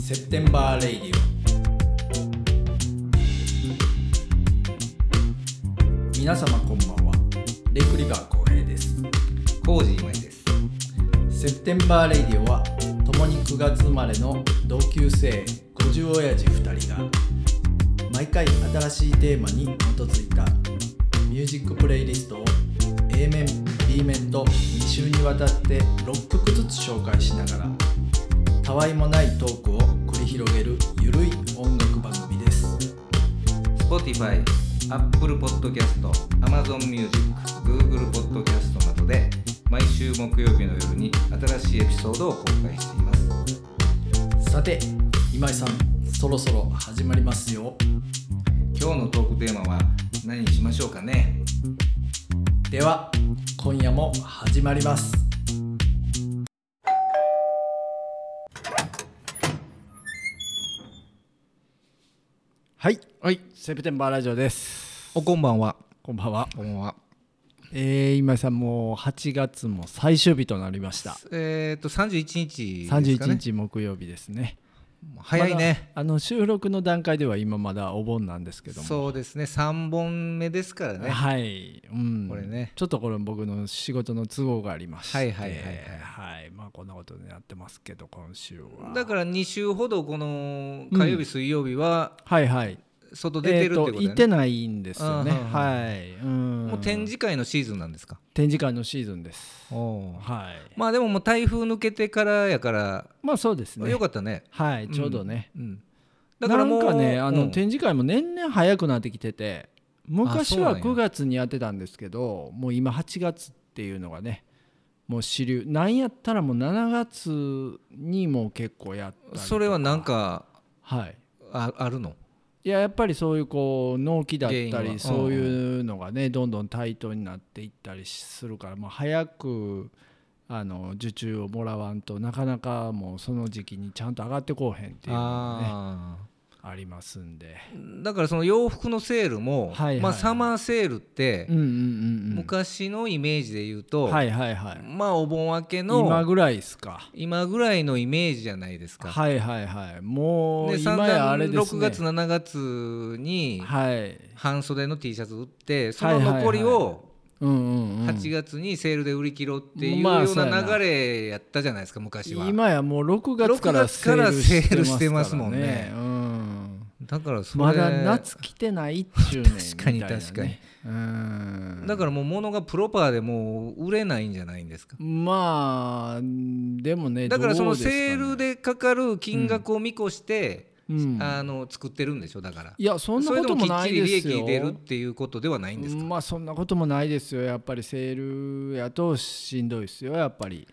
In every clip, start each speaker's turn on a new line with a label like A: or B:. A: セプテンバーレイディオ皆様こんばんはレイクリバー浩平です
B: コージーまいです。
A: セプテンバーレイディオは共に9月生まれの同級生50親父2人が毎回新しいテーマに基づいたミュージックプレイリストを A 面 B 面と2週にわたって6曲ずつ紹介しながらたわいもないトークを繰り広げるゆるい音楽番組です
B: Spotify、Apple Podcast、Amazon Music、Google Podcast などで毎週木曜日の夜に新しいエピソードを公開しています。
A: さて今井さんそろそろ始まりますよ
B: 今日のトークテーマは何にしましょうかね
A: では今夜も始まりますはい
B: はい。
A: セプテンバーラジオです
B: おこんばんは。
A: こんばんは、
B: こんばんは。
A: えー、今井さんもう8月も最終日となりました
B: えっ、と31日ですかね。
A: 31日木曜日ですね
B: 早いね。
A: まだあの収録の段階では今まだお盆なんですけども
B: そうですね。3本目ですからね。
A: はい、うん、
B: これね
A: ちょっとこれ僕の仕事の都合がありまして
B: はいはいはい
A: はい、まあこんなことになってますけど今週は
B: だから2週ほどこの火曜日、水曜日は
A: はいはい
B: 外出てるってことだ
A: え
B: よ
A: ー
B: ね
A: 行ってないんですよね
B: あーはい
A: はい、うん、
B: もう展示会のシーズンなんですか
A: 展示会のシーズンです
B: ま
A: はい
B: あでももう台風抜けてからやから、
A: まあそうですね
B: よかったね、
A: はいちょうどね、
B: うん、だからも
A: な
B: う
A: んかねあの、
B: うん
A: 展示会も年々早くなってきてて昔
B: あそう
A: は
B: なんや
A: 9月にやってたんですけどもう今8月っていうのがねもう主流なんやったらもう7月にも結構やったりとか
B: それはなんか
A: はい
B: ああるの
A: いややっぱりそういうこう納期だった
B: 原因
A: り
B: は
A: そういうのがねどんどん対等になっていったりするからもう早くあの受注をもらわんとなかなかもうその時期にちゃんと上がってこうへんっていうのがね
B: あ
A: ありますんで。
B: ーだからその洋服のセール
A: はい
B: も、
A: はいはい
B: まあ、サマーセールって
A: うんうんうんうん
B: 昔のイメージで言うと、
A: はいはいはい
B: まあお盆明けの
A: 今
B: 今
A: ぐらいですか
B: ぐらいのイメージじゃないですか。
A: はいはいはいもう
B: で
A: 今
B: 散
A: や
B: 々
A: あれです
B: 6
A: ね
B: 月7月に
A: はい
B: 半袖の T シャツ売ってその
A: はいはいはい
B: 残りを
A: うんうんうん
B: 8月にセールで売り切ろうっていう
A: まあ
B: よう
A: そうや
B: な
A: な
B: 流れやったじゃないですか昔は
A: 今やもう6月から
B: 6月から
A: セール
B: セール
A: し
B: してて
A: ま
B: ますす
A: も
B: も
A: ん
B: ん
A: ね
B: ね
A: うん
B: だからそれ
A: まだ夏来てないっちゅうねん
B: 確かに
A: みたいなね
B: 確かに
A: うん
B: だからもう物がプロパーでもう売れないんじゃないんですか
A: まあでもね
B: だからそ
A: ど
B: の
A: うですかね
B: セールでかかる金額を見越して、
A: うん
B: あの作ってるんでしょだから
A: いやそんな
B: それ
A: こ
B: で
A: と
B: もき
A: も
B: っ
A: な
B: ち
A: い
B: り利
A: です
B: 益
A: よ
B: 出るっていうことではないんですか、
A: まあそんなこともないですよやっぱりセールやとしんどいですよやっぱり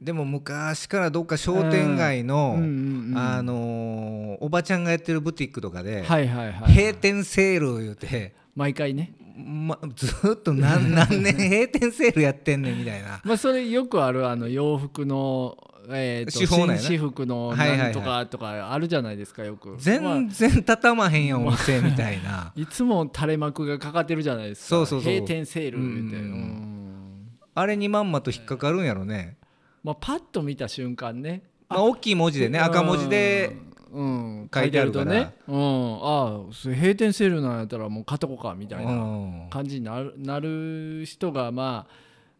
B: でも昔からどっか商店街の、
A: うんうんうん
B: あのーおばちゃんがやってるブティックとかで、
A: はいはいはい
B: 閉店セールを言うて
A: 毎回ね
B: ま、ずーっと何何年閉店セールやってんねんみたいな
A: まあそれよくあるあの洋服のえーと
B: 手法なんやな
A: 紳士服の
B: はいはいは
A: ないんとかとかあるじゃないですかよくまあ
B: 全然畳まへんやんお店みたいな
A: いつも垂れ幕がかかってるじゃないですか
B: そうそうそう
A: 閉店セール言うて
B: うんうんうん
A: うん
B: あれにまんまと引っかかるんやろね、
A: まあパッと見た瞬間ね
B: まあ、大きい文字でね赤文字で
A: うん
B: 書いてあるから
A: 書いてあるとねうんああそれ閉店セールなんやったらもう買っとこうかみたいな
B: うん
A: 感じになるなる人がまあ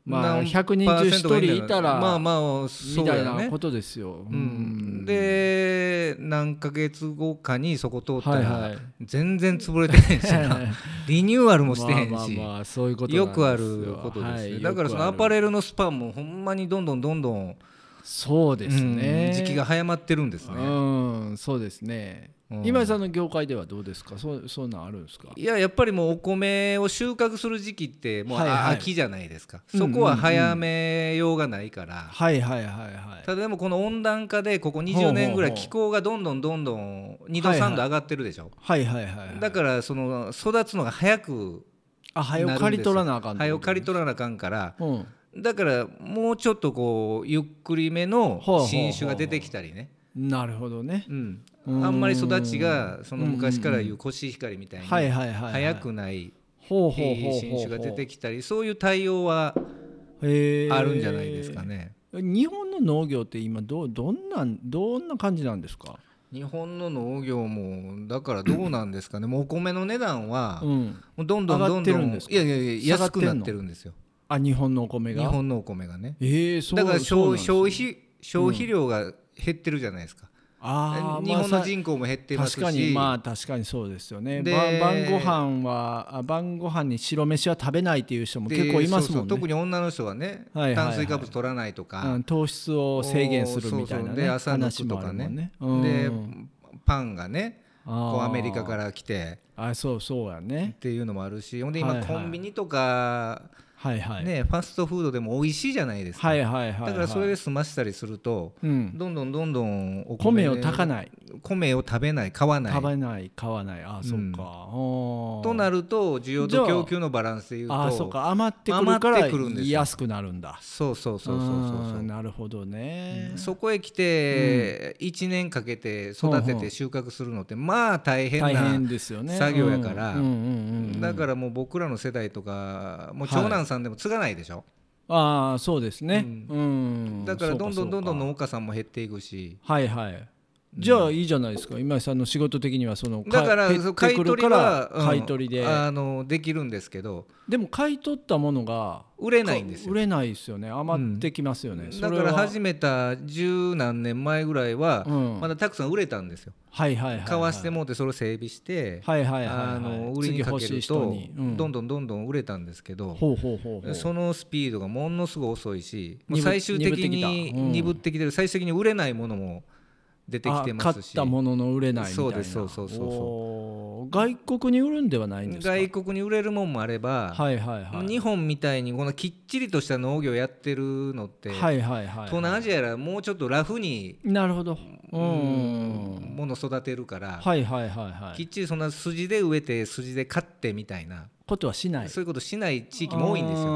A: まあ
B: 何
A: 100人中
B: パーセントが
A: 1
B: んだろう
A: 人いたら
B: まあまあそ
A: み
B: う
A: た
B: だ
A: い
B: よ
A: な
B: ね
A: ことですよ。う
B: うんん、で何ヶ月後かにそこ通った
A: はいは
B: ら
A: い
B: 全然潰れてへんしなリニューアルもしてへんし、
A: まあまあまあそういうことな
B: よ
A: んです
B: くあることですね、
A: はい
B: だからそのア
A: よく
B: パ
A: ある
B: レルのスパンもほんまにどんどんどんどん
A: そうですね
B: うん。時期が早まってるんですね、
A: うんそうですね
B: う。ん
A: 今井さんの業界ではどうですか。そうそうなんあるんですか。
B: いややっぱりもうお米を収穫する時期ってもう、
A: はいはい
B: あ秋じゃないですか
A: うんうんう
B: そ
A: ん
B: こは早めようがないから、
A: はいはいはいはい。
B: ただでもこの温暖化でここ
A: ほうほう
B: 20年ぐらい気候がどんどんどんどん2度
A: はいはい
B: 3度上がってるでしょ、
A: はいはいはいはい。
B: だからその育つのが早く
A: あ早を刈り取らなあかん。
B: 早を刈り取らなあかんから
A: 取。うん。
B: だからもうちょっとこうゆっくりめ
A: ほう
B: の
A: ほうほう
B: 新種が出てきたりね
A: なるほどね。
B: うん
A: うん
B: あんまり育ちがその昔から言うコシヒカリみたいに
A: はいはいはいはい。
B: 早くない
A: ほうほうほうほうほう。
B: 新種が出てきたりそういう対応は
A: へー
B: あるんじゃないですかね。
A: 日本の農業って今どうどんなんどんな感じなんですか。
B: 日本の農業もだからどうなんですかね、もうお米の値段は、
A: うん、
B: もうどんどんどん
A: 上がって
B: ど
A: るん
B: ん
A: で
B: い
A: すか
B: やいやいや
A: 下が
B: 安
A: って
B: く
A: んの
B: なってるんですよ
A: あ日本のお米
B: 日
A: が
B: 本のお米がね
A: えー、そう
B: だから
A: そうなん
B: 消
A: ですね
B: 消費消費量が減ってるじゃないですか、
A: あー
B: 日本
A: まあ
B: の
A: さ
B: 人口も減ってますし
A: 確かにまあ確かにそうですよね
B: で
A: ば晩ご飯はあ晩ご飯に白飯は食べないっていう人も
B: で
A: 結構いますもん
B: そうそう
A: ね
B: 特に女の人はね、
A: はいはいはい
B: 炭水化物取らないとか、
A: うん糖質を制限するみたいな、ね、
B: おーそうそうで朝
A: 話
B: 抜くと
A: もあ
B: か
A: るもん
B: ね
A: ね。うん
B: でパンがね
A: あ
B: こう
A: ー
B: アメリカから来て
A: あそうそうやね
B: っていうのもあるしほんで
A: は
B: 今
A: いはい
B: コンビニとか
A: はいはい、
B: ねファストフードでも美味しいじゃないですか
A: はいはいはいはい
B: だからそれで済ましたりすると
A: うん、
B: どんどんどんどんお
A: 米を炊かない
B: 米を食べない買わな
A: 食
B: い
A: べない買わないあ、そっかおー
B: となると需要
A: じゃ
B: と
A: あ
B: 供給のバランスでいうと
A: あーそっか余ってくるか
B: 余っ
A: ら
B: てくるんですよ
A: 安くなるんだ
B: そうそうそうそうそう
A: あ
B: そ
A: ー
B: う
A: なるほどね、
B: そこへ来て1年かけて育てて収穫するのってまあ大変
A: 大変
B: な
A: ですよね
B: 作業やから
A: うんうんうんうん
B: だからもう僕らの世代とかもう長男さんでも継がないでしょ
A: ああそうですね、うん
B: だからどんどんどんど
A: そうかそ
B: ん
A: う
B: 農家さんも減っていくし
A: かはいはいじゃあいいじゃないですか今井さんの仕事的にはその
B: だから
A: 買い
B: そう
A: 減っ
B: 買
A: てく
B: い
A: る
B: 取り
A: から
B: はうん
A: 買い取りで
B: あのできるんですけど
A: でも買い取ったものが
B: 売れないんですよ
A: 売れないですよね余ってきますよね、そ
B: だ
A: れ
B: か
A: は
B: ら始めた十何年前ぐらいは
A: うん
B: まだたくさん売れたんですよ
A: はいはいはいはい
B: 買わしてもうてそれを整備して
A: はいはいはいはい
B: あの売りにかけ
A: 次欲しい
B: る
A: 人
B: と
A: にう
B: どんどんどんどん売れたんですけど
A: ほうほうほうほう
B: そのスピードがものすごい遅いしもう
A: 鈍
B: 最終的
A: 鈍って
B: に
A: きたうん
B: 鈍ってきてる最終的に売れないものも出てきてますし
A: あ買ったものの売れないみたいな
B: そうですそうそうそうそう
A: おー外国に売るんではないんですか
B: 外国に売れるもんもあれば
A: はいはいはい
B: 日本みたいにこのきっちりとした農業やってるのって東
A: はいはいはい
B: 南アジアやらもうちょっとラフに
A: なるほどう
B: うんもの育てるから
A: はいはいはいは
B: き
A: い
B: っちりそんな筋で植えて筋で買ってみたいな
A: ことはしない
B: そういうことしない地域も多いんですよ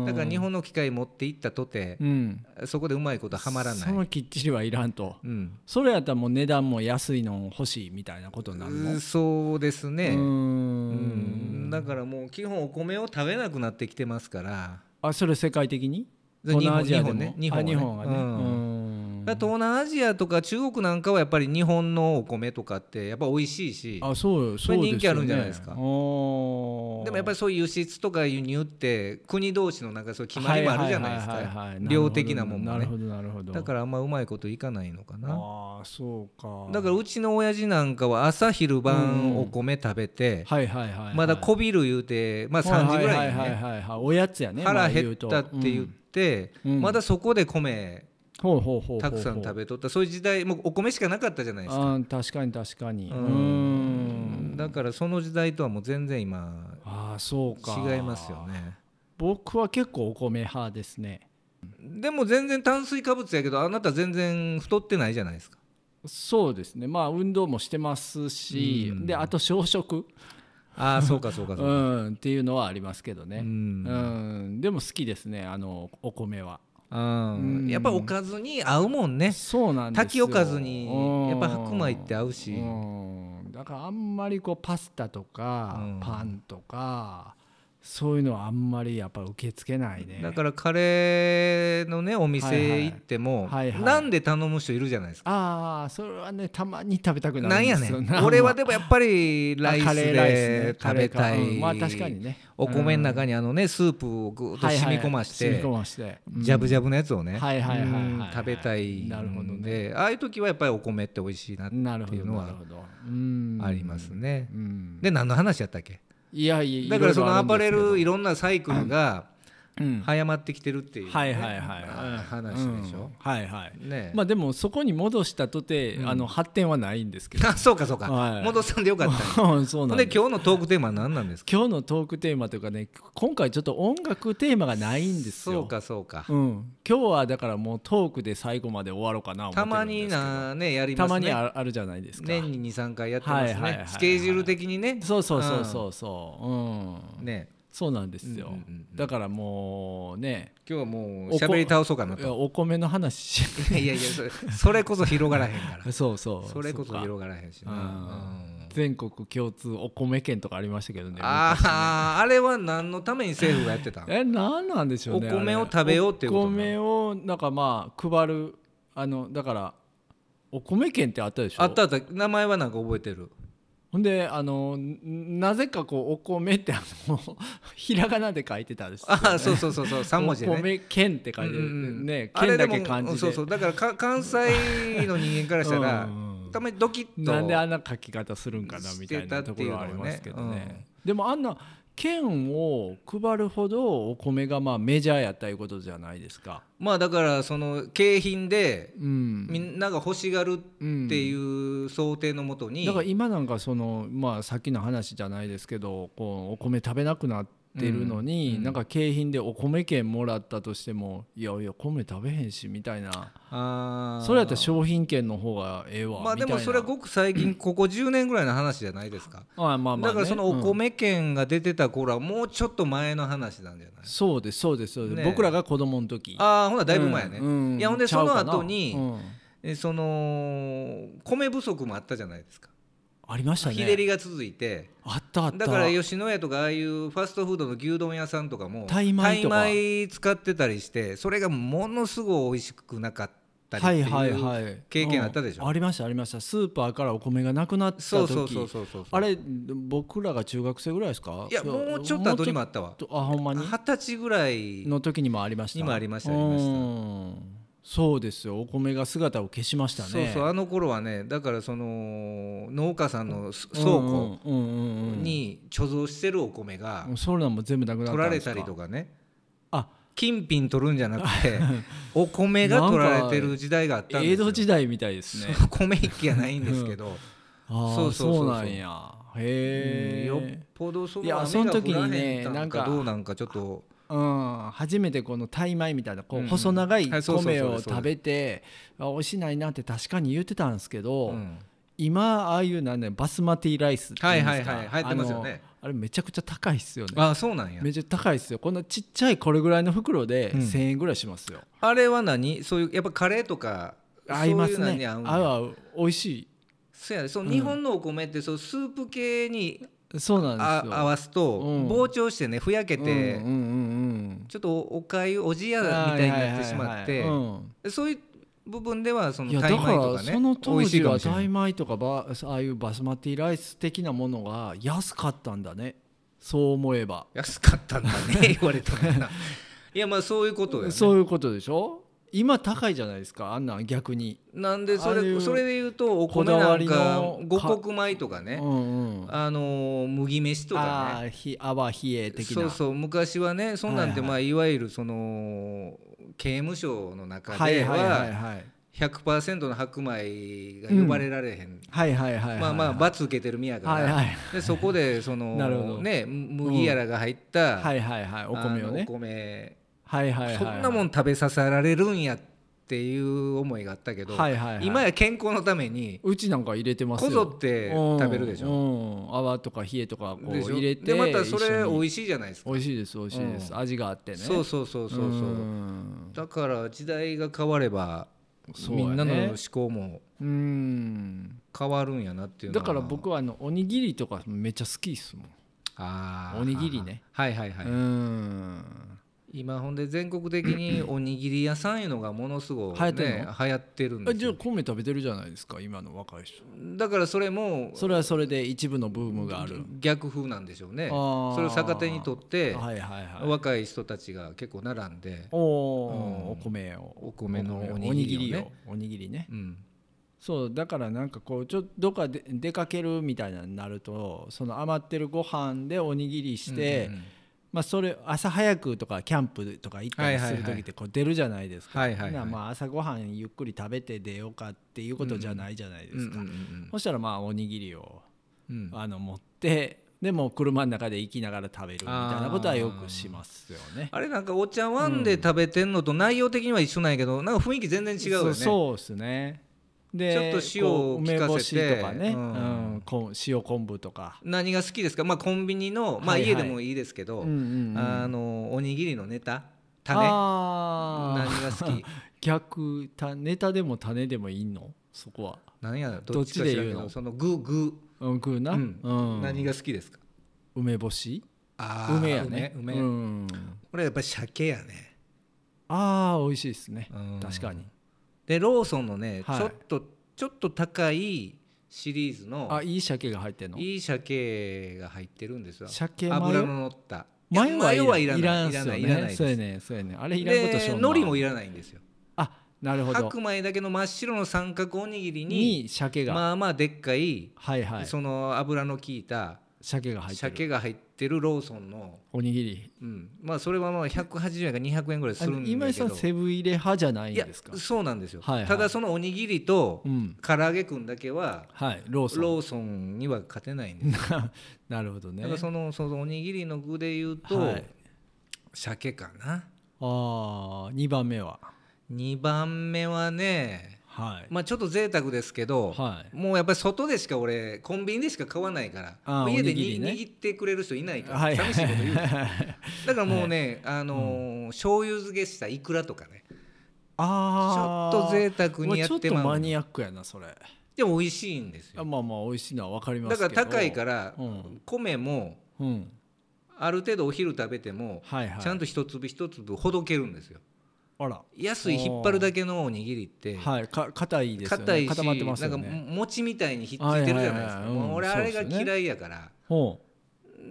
A: よ
B: だから日本の機械持っていったとて
A: うん
B: そこでうまいことはまらな
A: そ
B: い
A: のきっちりはいらんと
B: うん
A: それやったらもう値段も安いの欲しいみたいなことになるの
B: うーそうですね
A: うー
B: うん
A: ん
B: だからもう基本お米を食べなくなってきてますから
A: あそれ世界的に
B: で
A: 東南アジアでも
B: 日
A: あ
B: 本
A: 日
B: 日本
A: 本
B: は
A: は
B: ね
A: ね
B: うん
A: うーん
B: だから東南アジアとか中国なんかはやっぱり日本のお米とかってやっぱ美味しいし
A: あそうよそうですよ、ね、
B: 人気あるんじゃないですか
A: でも
B: でもやっぱ
A: り
B: りそういう輸出とか輸入って国同士のなんかそういう決まりもあるじゃないですか量的なもんも
A: なる
B: ね
A: ほどなるほど
B: だからあんまうまいこといかないのかな
A: ああそうか
B: だからうちの親父なんかは朝昼晩お米食べて
A: はいはいはい、はい、
B: まだこびる言うてまあ3時ぐらいに
A: は
B: ね
A: いはいはいはいおやつやね
B: 腹減っ
A: ま
B: た
A: あ
B: って
A: 言
B: 言
A: う
B: っ
A: と
B: て、
A: うん
B: まだそこで米
A: うんほうほうほうほう
B: たくさん食べとったそういう時代もうお米しかなかったじゃないですか
A: あー確かに確かにう
B: う
A: ー
B: ん
A: ん
B: だからその時代とはもう全然今
A: ああそうか
B: 違いますよね
A: 僕は結構お米派ですね
B: でも全然炭水化物やけどあなた全然太ってないじゃないですか
A: そうですねまあ運動もしてますし、
B: うん
A: であと小食
B: あ あそうかそうか
A: う
B: そうか、
A: んっていうのはありますけどね
B: う
A: うん
B: ん
A: でも好きですねあのお米は
B: あー
A: うん
B: やっぱおかずに合うもんね
A: そうなんです
B: 炊き
A: よ
B: おかずに
A: うん
B: やっぱ白米って合うし、
A: うんだからあんまりこうパスタとか、
B: うん
A: パンとかそういうのはあんまりやっぱ受け付けないね
B: だからカレーのねお店行っても、
A: はいはいはいはい
B: なんで頼む人いるじゃないですか
A: ああそれはねたまに食べ たくな
B: なん
A: るんで
B: や
A: す
B: ね
A: よ
B: ん俺は
A: で
B: でもやっぱりライスで食べたい
A: まあ確かにね
B: お米
A: う
B: の
A: ん
B: 中にあのねスープをぐっと染み込まし
A: はいはい
B: て
A: 染み込ましてうん
B: ジャブジャブのやつをね
A: はいはいはいはい
B: うん食べたい
A: なるほど
B: ん
A: ね
B: でああいう時はやっぱりお米って美味しいなって
A: なるほ
B: い
A: ど
B: うの
A: なる
B: は
A: ほどうん
B: ありますね
A: うん
B: で何の話やったっけ
A: いやいや
B: だからそのアパレルい
A: 色
B: ろんなサイクルが
A: 々あ
B: 早まってきてるってい
A: る
B: うん
A: ですけどうん
B: ね
A: はいはいはい
B: あ話でし
A: う
B: ょ
A: んはいはい
B: ね
A: まあでもそこに戻したとて、
B: うん
A: あの発展はないんですけど
B: あそうかそうか
A: はい
B: 戻さんでよかったんや
A: そう
B: ほ
A: なんん
B: で
A: で
B: 今日のトークテーマは何なんですか
A: 今日のトークテーマというかね今回ちょっと音楽テーマがないんですよ
B: そうかそうか
A: うん、今日はだからもうトークで最後まで終わろうかな思って
B: た
A: るん
B: ま
A: で
B: に
A: すけど
B: なねやり
A: た
B: ます
A: まに
B: ね
A: ああるじゃないですか
B: 年に23回やってますね、
A: はいはいはいはい
B: スケジュール的にね
A: そうそうそうそうそううん、
B: ね
A: そうなんですよ、
B: うんうんうん
A: だからもうね
B: 今日はもう喋り倒そうかない
A: や
B: と
A: お米の話し
B: いやいやそれそれこそ広がらへ んから
A: そうそう
B: それこ
A: う
B: そ
A: か
B: 広がらへんしな、
A: うん
B: うん
A: 全国共通お米券とかありましたけどね
B: あああれは何のために政府がやってたん
A: え何なんでしょうね
B: お米
A: あれ
B: を食べようっていうこと
A: お米をなんかまあ配るあのだからお米券ってあったでしょ
B: あったあった名前はなんか覚えてる
A: ほんであのんなぜかこうお米ってあの ひらがなで書いてたんですよね
B: ああそうそうそうそう3文字で
A: お
B: ね
A: 米券って書いて
B: う
A: る、
B: んうん
A: ね
B: あ
A: 券
B: れで
A: だ
B: も
A: け漢字
B: う
A: で
B: んそうそうだからか関西の人間からしたら
A: うんうん
B: たまにドキッと
A: なんであんな書き方するんかなみたいなところはありますけどね
B: してたっていうのはね
A: でもあんな券を配るほどお米がまあメジャーやったいうことじゃないですか、
B: まあだからその景品で
A: うん、
B: みんなが欲しがるっていう想定のもとに
A: だから今なんかそのまあさっきの話じゃないですけどこうお米食べなくなってるのに、
B: うんうん
A: なんか景品でお米券もらったとしてもいやいや米食べへんしみたいな
B: あー
A: それやったら商品券の方がええわみ
B: ま
A: た
B: あ
A: いな
B: でもそれはごく 最近ここ10年ぐらいの話じゃないですか
A: ああまあまあね、
B: だからその
A: うん
B: お米券が出てた頃はもうちょっと前の話なんじゃない
A: そうですそうですそうです、
B: ねえ
A: 僕らが子供の時
B: ああほなだいぶ前やね、
A: うんうん
B: いやほんで
A: ちゃ
B: そうの
A: かな
B: 後に、
A: うん
B: えその米不足もあったじゃないですか、
A: ありましたね
B: 日照りが続いて
A: あったあった
B: だから吉野家とかああいうファストフードの牛丼屋さんとかも
A: タイ米とか
B: タイ米使ってたりしてそれがものすごい美味しくなかったりっていう、
A: はいはいはい、
B: 経験あったでしょ
A: うんありましたありましたスーパーからお米がなくなった時
B: そうそうそうそうそう
A: あれ僕らが中学生ぐらいですか
B: いやもうちょっと後にもあったわ
A: もうちょっとあほんまに
B: 二十歳ぐらい
A: の時にもありました
B: にもありましたありました
A: うんそうですよお米が姿を消しましたね
B: そうそうあの頃はねだからその農家さんのす倉庫
A: うんうんうんうんうん
B: に貯蔵してるお米が
A: もうそれらも全部なくなった
B: 取られたりと
A: か
B: かね
A: あ
B: 金品取るんじゃなく てお米が取られてる時代があったんですよ
A: 江戸時代みたいですね
B: そう米一�家ないんです けど、
A: ああ
B: そうそう
A: そ
B: そうそう
A: うなんやへえ
B: うんよっぽどそ
A: いや
B: の雨が降らへん
A: その時にね
B: な
A: なんんか
B: かどうなんかちょっと
A: うん、初めてこのタイ米みたいなこ
B: うんう
A: うん細長い
B: はいそうそうそう
A: 米
B: そう
A: を
B: です
A: 食べてあ美味しないなって確かに言ってたんですけど、
B: うん
A: 今ああいうなんだよバスマティライスっていうんですか
B: はいはいはい流行ってますよね
A: あのあれめちゃくちゃ高いっすよね
B: あそうなんや
A: めちゃ高いっすよこんなちっちゃいこれぐらいの袋で
B: うん
A: 1000円ぐらいしますよ、
B: あれは何そういうやっぱカレーとか
A: 合います
B: そういうの
A: ね
B: に合うんや
A: 合う合う美味し
B: そうやねそう
A: うん
B: 日本のお米ってそうスープ系に
A: いそうなん
B: あ
A: ですよ
B: 合わすと
A: うん
B: 膨張してねふやけて、
A: うんうんうん
B: ちょっとおかゆおじ
A: う
B: や
A: ん
B: みたいになってしまっ
A: はい
B: て
A: はいはいはいうん
B: そういう部分ではそ
A: い
B: の
A: や
B: タ
A: だ
B: イ
A: か
B: 米とからね
A: その
B: 美
A: 当
B: 味しい
A: 時
B: か
A: は
B: もしれな
A: タ
B: い
A: イ米とかバああいうバスマティライス的なものが安かったんだねそう思えば
B: 安かったんだ ね言われたらないやまあそういうことだよね
A: そういうことでしょ今高いじゃないですかあんなん逆に、
B: なんでそ
A: ああい
B: れ
A: う
B: それで言うとお
A: こ
B: 米
A: だ
B: な
A: わ
B: ん
A: り
B: か
A: の
B: 五穀米とか
A: う
B: ね、
A: んうん
B: あのー麦飯と
A: あ
B: か
A: あひあわひえ
B: ね
A: 的
B: そう
A: な
B: そう昔はねそんなん
A: はい
B: て
A: はい
B: まあいわゆるその刑務所の中
A: はい
B: で
A: はいはい
B: は
A: はい
B: 100%の白米が呼ばれられへん、
A: はいはいはいはい
B: まあまあ
A: は
B: 罰受けてる身やから、
A: いはい
B: でそこでそ の
A: なるほど
B: ね麦やらが入った、
A: はいはいはいお米を
B: あのお
A: ね
B: 米
A: はいはいはい
B: そんなもん
A: ん
B: 食べさせられるんやっていう思いがあったけど、
A: はいはいはい
B: 今や健康のために
A: うちなんか入れてます
B: こ
A: よ
B: ぞって食べるでしょ。
A: ょあわとかひえとかこう
B: でしょ
A: 入れて
B: でまたそれ
A: 一緒に
B: 美味しいじゃないですか。
A: 美味しいです美味しいです、
B: う
A: 味があってね
B: そうそうそうそうそうう。
A: ん
B: だから時代が変われば、
A: そう
B: み
A: やね
B: んなの思考も
A: うん
B: 変わるんやなっていうの
A: だ
B: は
A: から僕はあのおにぎりとかめっちゃ好きですもん、
B: あー
A: おにぎりね。
B: はいはいはい。
A: うん
B: 今ほんで全国 的におにぎり屋さんいうのがものすごい、
A: 流行ってん
B: ね、流行ってるん
A: あ
B: です
A: じゃあ
B: よ。
A: 米食べてるじゃないですか今の若い人
B: だからそれも
A: それはそれで一部のブームがある
B: 逆風なんでしょうね。
A: あー
B: それを逆手にとって、
A: はいはいはい
B: 若い人たちが結構並んで、
A: おお
B: うん
A: ー、お米を
B: お米の
A: お
B: お
A: に
B: に
A: ぎ
B: ぎ
A: り
B: りを
A: を
B: ね
A: おにぎりね
B: うん、
A: そうだからなんかこうちょっとどっかで出かけるみたいなのになるとその余ってるご飯でおにぎりして、
B: うんうんうん
A: まあ、それ朝早くとかキャンプとか行ったりする
B: はいはい
A: 時
B: はい
A: ってこう出るじゃないですか、
B: はいはいはい
A: なまあ朝ごはんゆっくり食べて出ようかっていうことじゃないじゃないですか、
B: うんうんうん
A: そしたらまあおにぎりを
B: うんうん
A: あの持ってでも車の中で行きながら食べるみたいなことはよくしますよね。
B: あれなんかお茶碗で食べてんのと内容的には一緒なんやけどなんか雰囲気全然違うよね
A: そそうですねで
B: ちょっと塩を
A: こう梅
B: 効
A: 干
B: かせて
A: しとかね、
B: う
A: うんんこん塩昆布とか、
B: 何が好きですかまあコンビニのまあ
A: はいはい
B: 家でもいいですけど、
A: うんうんうん
B: あのおにぎりのネタ種何
A: あー
B: が好 き
A: 逆たネタでも種でもいいのそこは、
B: 何やどっちか知らん
A: どっちで言
B: け
A: う
B: ど
A: の
B: その具具、
A: うん、食うな、
B: うん
A: うん
B: 何が好きですか
A: 梅干し
B: あー
A: 梅やね
B: 梅梅、
A: うん、
B: これやっぱり鮭やね
A: ああ美味しいですね
B: うん
A: 確かに
B: でローソンのね、
A: はい
B: ちょっとちょっと高いシリーズの
A: あいい鮭が入ってんの
B: いい鮭が入ってるんですよ
A: 鮭マヨ
B: 油の乗った
A: 前はい
B: や
A: ら
B: マヨはいらな
A: い
B: い
A: らんっすよ
B: いらないいらない
A: ね
B: です
A: そうやねそうやねあれいらんことし
B: で
A: よう
B: 海苔もい
A: ら
B: らないんですよ
A: あなるほど
B: 白米だけの真っ白の三角おにぎりに
A: に鮭が、
B: まあまあでっかい、
A: はいはい
B: その油の効いた
A: 鮭が入ってる
B: 鮭が入ってるローソンの、
A: おにぎり
B: うん、まあそれはまあ180円か200円ぐらいす
A: あ
B: る
A: の
B: んだけど
A: 今井さんセブン入れ派じゃないん
B: いや
A: ですか
B: そうなんですよ、
A: はいはい
B: ただそのおにぎりと
A: うん
B: 唐揚げくんだけは
A: はいローソン
B: ローソンには勝てないんです、
A: なるほどね
B: だからそのそのおにぎりの具で言うと、
A: はい
B: 鮭かな
A: ああ2番目は
B: 2番目はね
A: はい、
B: まあちょっと贅沢ですけど、
A: はい
B: もうやっぱり外でしか俺コンビニでしか買わないから
A: あー
B: もう家で
A: おにぎりね
B: 握ってくれる人いないから、
A: はい
B: 寂しいこと 言うなだからもうね、あのー醤油漬けしたイクラとかねちょ
A: あ
B: っ
A: あ
B: と贅沢にやって
A: ちょっと
B: ま
A: マ
B: う
A: ニアックやなそれ
B: でも美味しいんです
A: あ
B: よ
A: まあまあ美味しいのは分かりま
B: だ
A: すけ
B: か
A: ど
B: ら高いからら
A: うん
B: 米も
A: うん
B: ある程度お昼食べても
A: はいはい
B: ちゃんと一粒一粒ほどけるんですよ
A: あら
B: 安い引っ張るだけのおにぎりって
A: はいか硬いですよね
B: 硬いし
A: 固まってます
B: な
A: よ
B: んか
A: ね
B: 餅みたいにひっついてるじゃないです
A: はいはいはい
B: か
A: うん
B: もう俺あれ
A: そ
B: が
A: うですね
B: 嫌いやから
A: ほう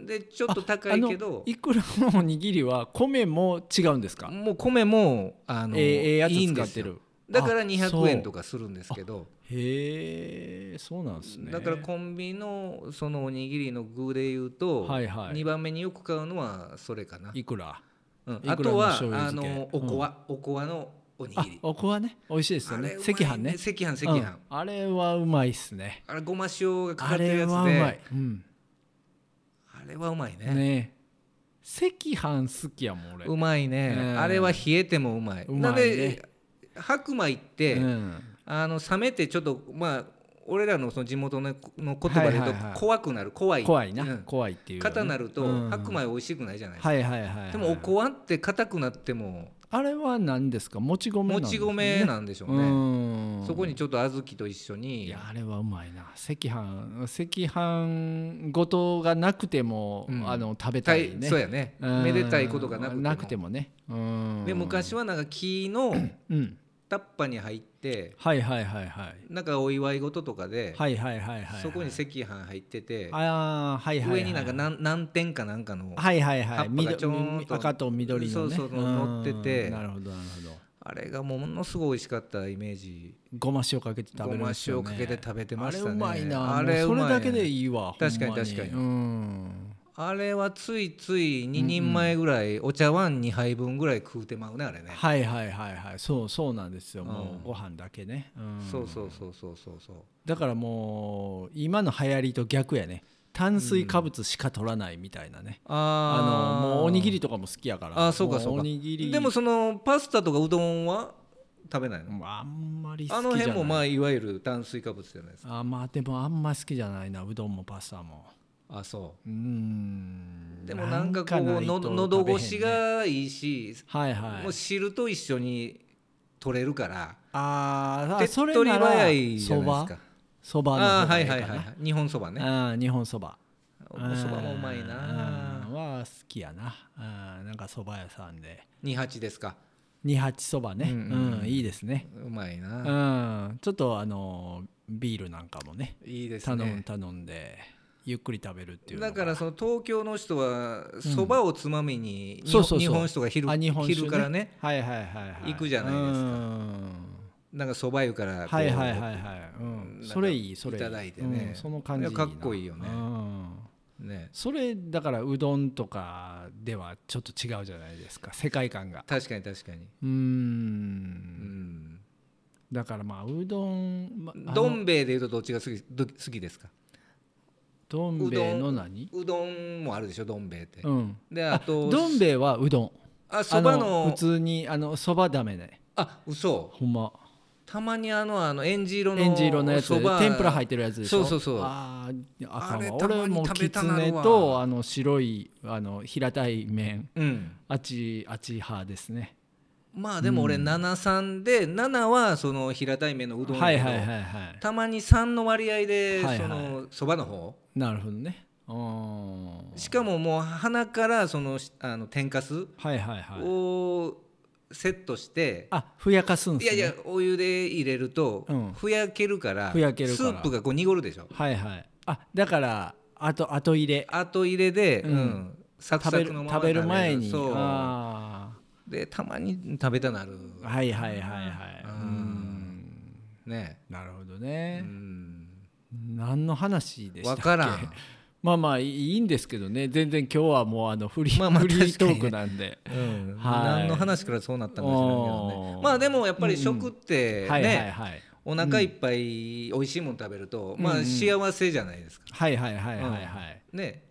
B: でちょっと高いけど
A: あのいくらのおにぎりは米も違うんですか
B: もう米もあの
A: ええええやつ
B: いいん
A: 使
B: で
A: っ
B: す
A: て
B: よ
A: る
B: だか
A: あ
B: ら
A: そう
B: 200円とかするんですけど
A: へえそうなんですね
B: だからコンビニのそのおにぎりの具で言うと
A: はいはい
B: 2番目によく買うのはそれかな、
A: いくら
B: うん
A: いくら
B: あ
A: の
B: とは
A: 醤油
B: あ
A: 漬け
B: のおこわ、おこわのおに
A: あ
B: ぎり
A: おこはね美味しいですよ
B: あ
A: ね
B: れうまい
A: 赤飯ね
B: 赤飯赤飯、
A: うんあれはうまいっすね
B: あれごま塩がかか
A: あ
B: ってる
A: れ
B: やつで
A: はうまいうん
B: あれはうまいね
A: ね赤飯好きやもん俺
B: うまいね、
A: うん
B: あれは冷えてもうまい、
A: うまいね
B: なんで白米って、
A: うん
B: あの冷めてちょっとまあ俺らのその地元のの言葉で言う
A: はいはいはい
B: と怖くなる怖い
A: 怖いうなん怖いっていうよね
B: 硬なると
A: うん
B: 白米美味しくないじゃないですか、
A: はいはいはいはい
B: でもおこわって硬くなっても
A: あれは何ですかもち米なん
B: も
A: です
B: ち
A: よね
B: 米なんでしょうね
A: うん
B: そこにちょっと小豆と一緒
A: い
B: に
A: やあれはうまいな赤飯赤飯ごとがなくても、
B: うん
A: あの食べた
B: た
A: い
B: い
A: ね
B: そうやね
A: うん
B: めでたいことがなくても
A: もねうん
B: で昔はなんか木の
A: うん
B: タッパに入って
A: はいはいはいはい
B: なんかお祝い事とかで、
A: はいはいはいはい
B: そこに赤飯入ってて、
A: あーはいはい、はい、
B: 上になんか何何点かなんかの、
A: はいはいは
B: 葉っ
A: い
B: ぱがちょーんと
A: 緑赤と緑のね
B: そうそうそう
A: うん
B: 乗ってて
A: なるほどなるほど
B: あれがものすごい美味しかったイメージ
A: ごま塩かけて食べる
B: ご
A: ん
B: ま
A: ですよ
B: 塩
A: ね
B: かけて食べてまし
A: あ
B: たね
A: れうまいな
B: あれ
A: もう
B: うま
A: そ
B: い
A: れだけでいいわ
B: 確かに
A: ほんま
B: 確かに
A: うん
B: あれはついつい2人前ぐらい、お茶碗2杯分ぐらい食うてまうねあれね、
A: はいはいはいはいそうそうなんですよ、
B: うん
A: もうご飯だけね、うん、
B: そうそうそうそうそうそう
A: だからもう今の流行りと逆やね炭水化物しか取らないみたいなね、
B: あ
A: あのもうおにぎ
B: り
A: りとかも好きやから
B: あーそうかそう
A: も
B: か
A: おにぎり
B: でもそのパスタとかうどんは食べないの、
A: うんあんまり好
B: あの
A: きじゃない
B: 辺もまあいわゆる炭水化物じゃないですか
A: あまあでもあんま好きじゃないなうどんもパスタも
B: あそう
A: ー
B: うんでもなんかこう
A: ないと
B: の
A: 食べへんね
B: 喉越しがいいし、
A: はいはい
B: もう汁と一緒に取れるから
A: あーあ
B: 手っ
A: それ
B: 取り
A: なら
B: 早いじゃないですか
A: そばそばの方
B: ああ
A: が
B: はいい
A: いか
B: は
A: ない
B: はいはい日本そばね
A: あー日本そば
B: おそばもうまいな
A: うんは好きやなうんなんかそば屋さんで
B: 二八ですか
A: 二八そばねう
B: うんんうんうん
A: いいですね
B: うまいうなん
A: ちょっとあのビールなんかもね
B: いいです
A: 頼ん
B: ね
A: 頼んでゆっくり食べるっていうのが
B: だからその東京の人はそばをつまみにに
A: そうそうそう
B: 日本酒とか昼
A: あ日本酒
B: 昼からね
A: はいはいはいはい
B: 行くじゃないですか
A: うん
B: なんかそば湯からこう
A: はいはいはいはい、うん、
B: なんか
A: それいいそれ
B: いただいてね
A: うんその感じな
B: かっこいいよね
A: うん
B: ね
A: それだからうどんとかではちょっと違うじゃないですか世界観が
B: 確かに確かに
A: うー
B: うんん
A: だからまあうどん、まあの
B: どん兵衛でいうとどっちが好きど好きですか
A: どん兵衛の何
B: うどんもあるでしょどん兵衛って
A: うん
B: であと
A: どん兵衛はうどん
B: あそば
A: あ
B: の
A: 普通にあのそばダメね
B: あ嘘
A: ほんま
B: たまにあのあのえんじ色の
A: エンジ色のやつ
B: そば
A: 天ぷら入ってるやつでしょ
B: そうそうそう
A: あーあかん
B: あれ
A: わ
B: たま
A: 俺
B: に
A: もう
B: 食
A: き
B: べ
A: つ
B: たなるわ
A: ねとあの白いあの平たい麺
B: うん
A: あちあち派ですね
B: まあでも俺73で7はその平たい麺のうどん
A: はい
B: や
A: はい
B: けど
A: はいはい
B: たまに3の割合で
A: はいはい
B: そのそばの方
A: なるほどねうーんは
B: しかももう鼻からそのあの天かす
A: いはいはい
B: をセットして
A: あふやかすん
B: い
A: す
B: や
A: ね
B: いやお湯で入れると、
A: うん
B: ふやけるから
A: ふやけるから
B: スープがこう濁るでしょ
A: はいはいあだからあと後入れ
B: 後入れで、
A: う
B: うんんサク
A: 食
B: サ
A: べ
B: ク
A: る
B: のまま
A: 食べる前に
B: そう
A: あ
B: でたまに食べたなる
A: ーはいはいはいはい
B: うん
A: うん
B: ね
A: なるほど
B: う
A: ね、
B: ん
A: 何の話でしたっけ
B: 分からん
A: まあまあいいんですけどね全然今日はもうあのフリー,、
B: まあまあ
A: フリー
B: 確
A: ト
B: かにね
A: ークなんで
B: うん
A: はい
B: 何の話からそうなったんか知らんけど
A: おー
B: ねまあでもやっぱり
A: うんうん
B: 食ってね、
A: はいはいはい
B: お腹いっぱい美味しいもの食べると、
A: う
B: ま
A: んう
B: あ
A: ん
B: 幸せじゃないですか、
A: はいはいはいはいはい
B: ね